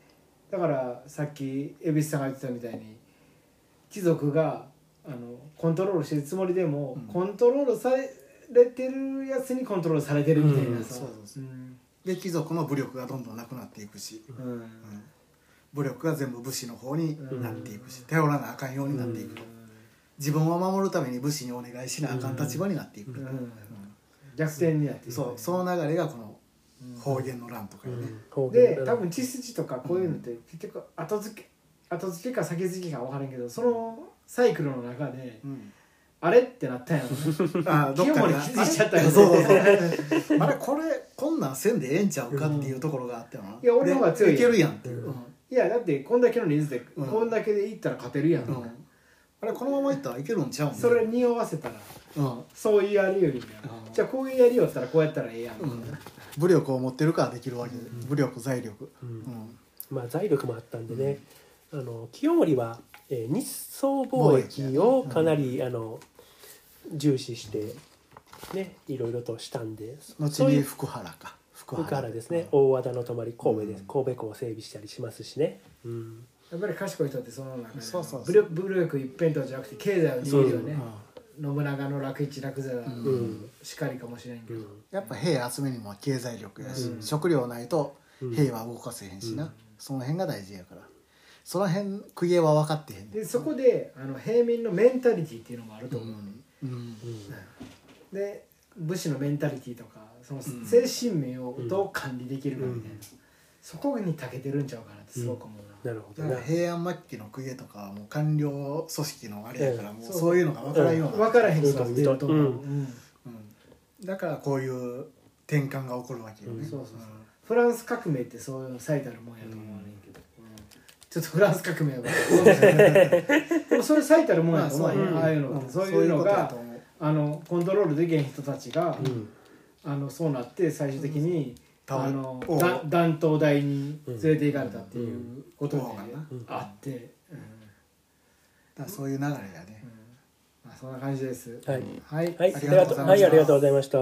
Speaker 2: だからさっき蛭子さんが言ってたみたいに貴族があのコントロールしてるつもりでも、
Speaker 1: うん
Speaker 2: コントロールされてるやつにコントロールされてるみたいな
Speaker 3: うん
Speaker 2: さ
Speaker 1: そうそうそう
Speaker 2: うん
Speaker 1: で貴族の武力がどんどんなくなっていくし、
Speaker 2: うん
Speaker 1: うん武力が全部武士の方になっていくし、頼らなあかんようになっていくと、自分を守るために武士にお願いしなあかん立場になっていく、う
Speaker 2: う
Speaker 1: ん
Speaker 2: ん逆転になっていく
Speaker 1: そうその流れがこの方言の乱とか
Speaker 3: う
Speaker 1: よね、
Speaker 3: ん方言
Speaker 2: で
Speaker 3: の乱
Speaker 2: 多分血筋とかこういうのって結局後付け後付けか先付けか分からんけどそのサイクルの中で
Speaker 1: うん
Speaker 2: あれってなったんやろ ね
Speaker 1: あどっ
Speaker 2: 清
Speaker 1: か
Speaker 2: 盛
Speaker 1: で
Speaker 2: 気づいちゃったよね
Speaker 1: そうそうそうあれこれこんなんせんでええんちゃうかっていうところがあってな、
Speaker 2: いや俺の方が強い
Speaker 1: でいけるやんっていう、
Speaker 3: うん
Speaker 2: いやだってこんだけの人数で
Speaker 1: うん
Speaker 2: こんだけでいったら勝てるやん、
Speaker 1: うんあれこのままいったらいけるんちゃうん
Speaker 2: それ匂わせたら
Speaker 1: うん
Speaker 2: そういうやりよりだよ
Speaker 1: うん
Speaker 2: じゃあこういうやりよったらこうやったらええやん、
Speaker 1: うん武力を持ってるからできるわけで、武力財力、う
Speaker 3: う
Speaker 1: んん
Speaker 3: まあ、財力もあったんでね、あの清盛は、えー日宋貿易をかなり、あの重視して、ね、いろいろとしたんで
Speaker 1: 後
Speaker 3: そうい
Speaker 1: に
Speaker 3: う
Speaker 1: 福原か福
Speaker 3: 福原ですね、大和田の泊まり神戸です、神戸港を整備したりしますしね、うん、
Speaker 2: やっぱり賢い人ってその中で
Speaker 1: そうそうそう
Speaker 2: 武力武力一辺倒じゃなくて経済を握るよね
Speaker 1: うん
Speaker 2: 信長の楽一楽座
Speaker 3: ん
Speaker 2: しかりかもしれんけ
Speaker 3: う
Speaker 2: ど、
Speaker 3: ん
Speaker 1: やっぱ兵集めにも経済力やし、
Speaker 2: うん
Speaker 1: 食料ないと
Speaker 3: うん
Speaker 1: 兵は動かせへんしな、その辺が大事やからその辺公家は分かってへんね
Speaker 2: でそこであの平民のメンタリティっていうのもあると思う、
Speaker 1: うんうん
Speaker 2: で武士のメンタリティとかその
Speaker 1: ん
Speaker 2: 精神面をどう管理できるかみたいな、そこに長けてるんちゃうかなってすごく思うな、
Speaker 3: なるほど
Speaker 1: だか
Speaker 3: な
Speaker 1: ら平安末期の公家とかはもう官僚組織のあれやから
Speaker 2: ん
Speaker 1: もう
Speaker 2: そう
Speaker 1: そういうのが分からんようにな
Speaker 2: 分
Speaker 1: って
Speaker 2: からへん人が出ると思う、
Speaker 3: う
Speaker 1: うんだからこういう転換が起こるわけよね、
Speaker 3: うん
Speaker 2: そうそうそうフランス革命ってそういう最たるもんやと思うねんけど、ちょっとフランス革命はでもそれ最たるもんやと思うね、
Speaker 3: まあそう
Speaker 2: ああいうのって、そういうの
Speaker 1: ことや
Speaker 2: が
Speaker 1: と思う
Speaker 2: あのコントロールできへん人たちが、
Speaker 3: うん
Speaker 2: あのそうなって最終的に、
Speaker 1: うん
Speaker 2: あの
Speaker 1: おう
Speaker 2: だ断頭台に連れて行かれたっていうことで、
Speaker 1: うん
Speaker 3: うん
Speaker 2: あって、う
Speaker 1: だ
Speaker 2: ん
Speaker 1: からそういう流れやね、
Speaker 2: まあ、そんな感じです。
Speaker 3: はい
Speaker 2: はい
Speaker 3: は
Speaker 1: あ
Speaker 3: い、あ
Speaker 1: り
Speaker 3: り
Speaker 1: が
Speaker 3: が
Speaker 1: と
Speaker 3: と
Speaker 1: うござい
Speaker 3: う
Speaker 1: ました
Speaker 3: はいありがとうございました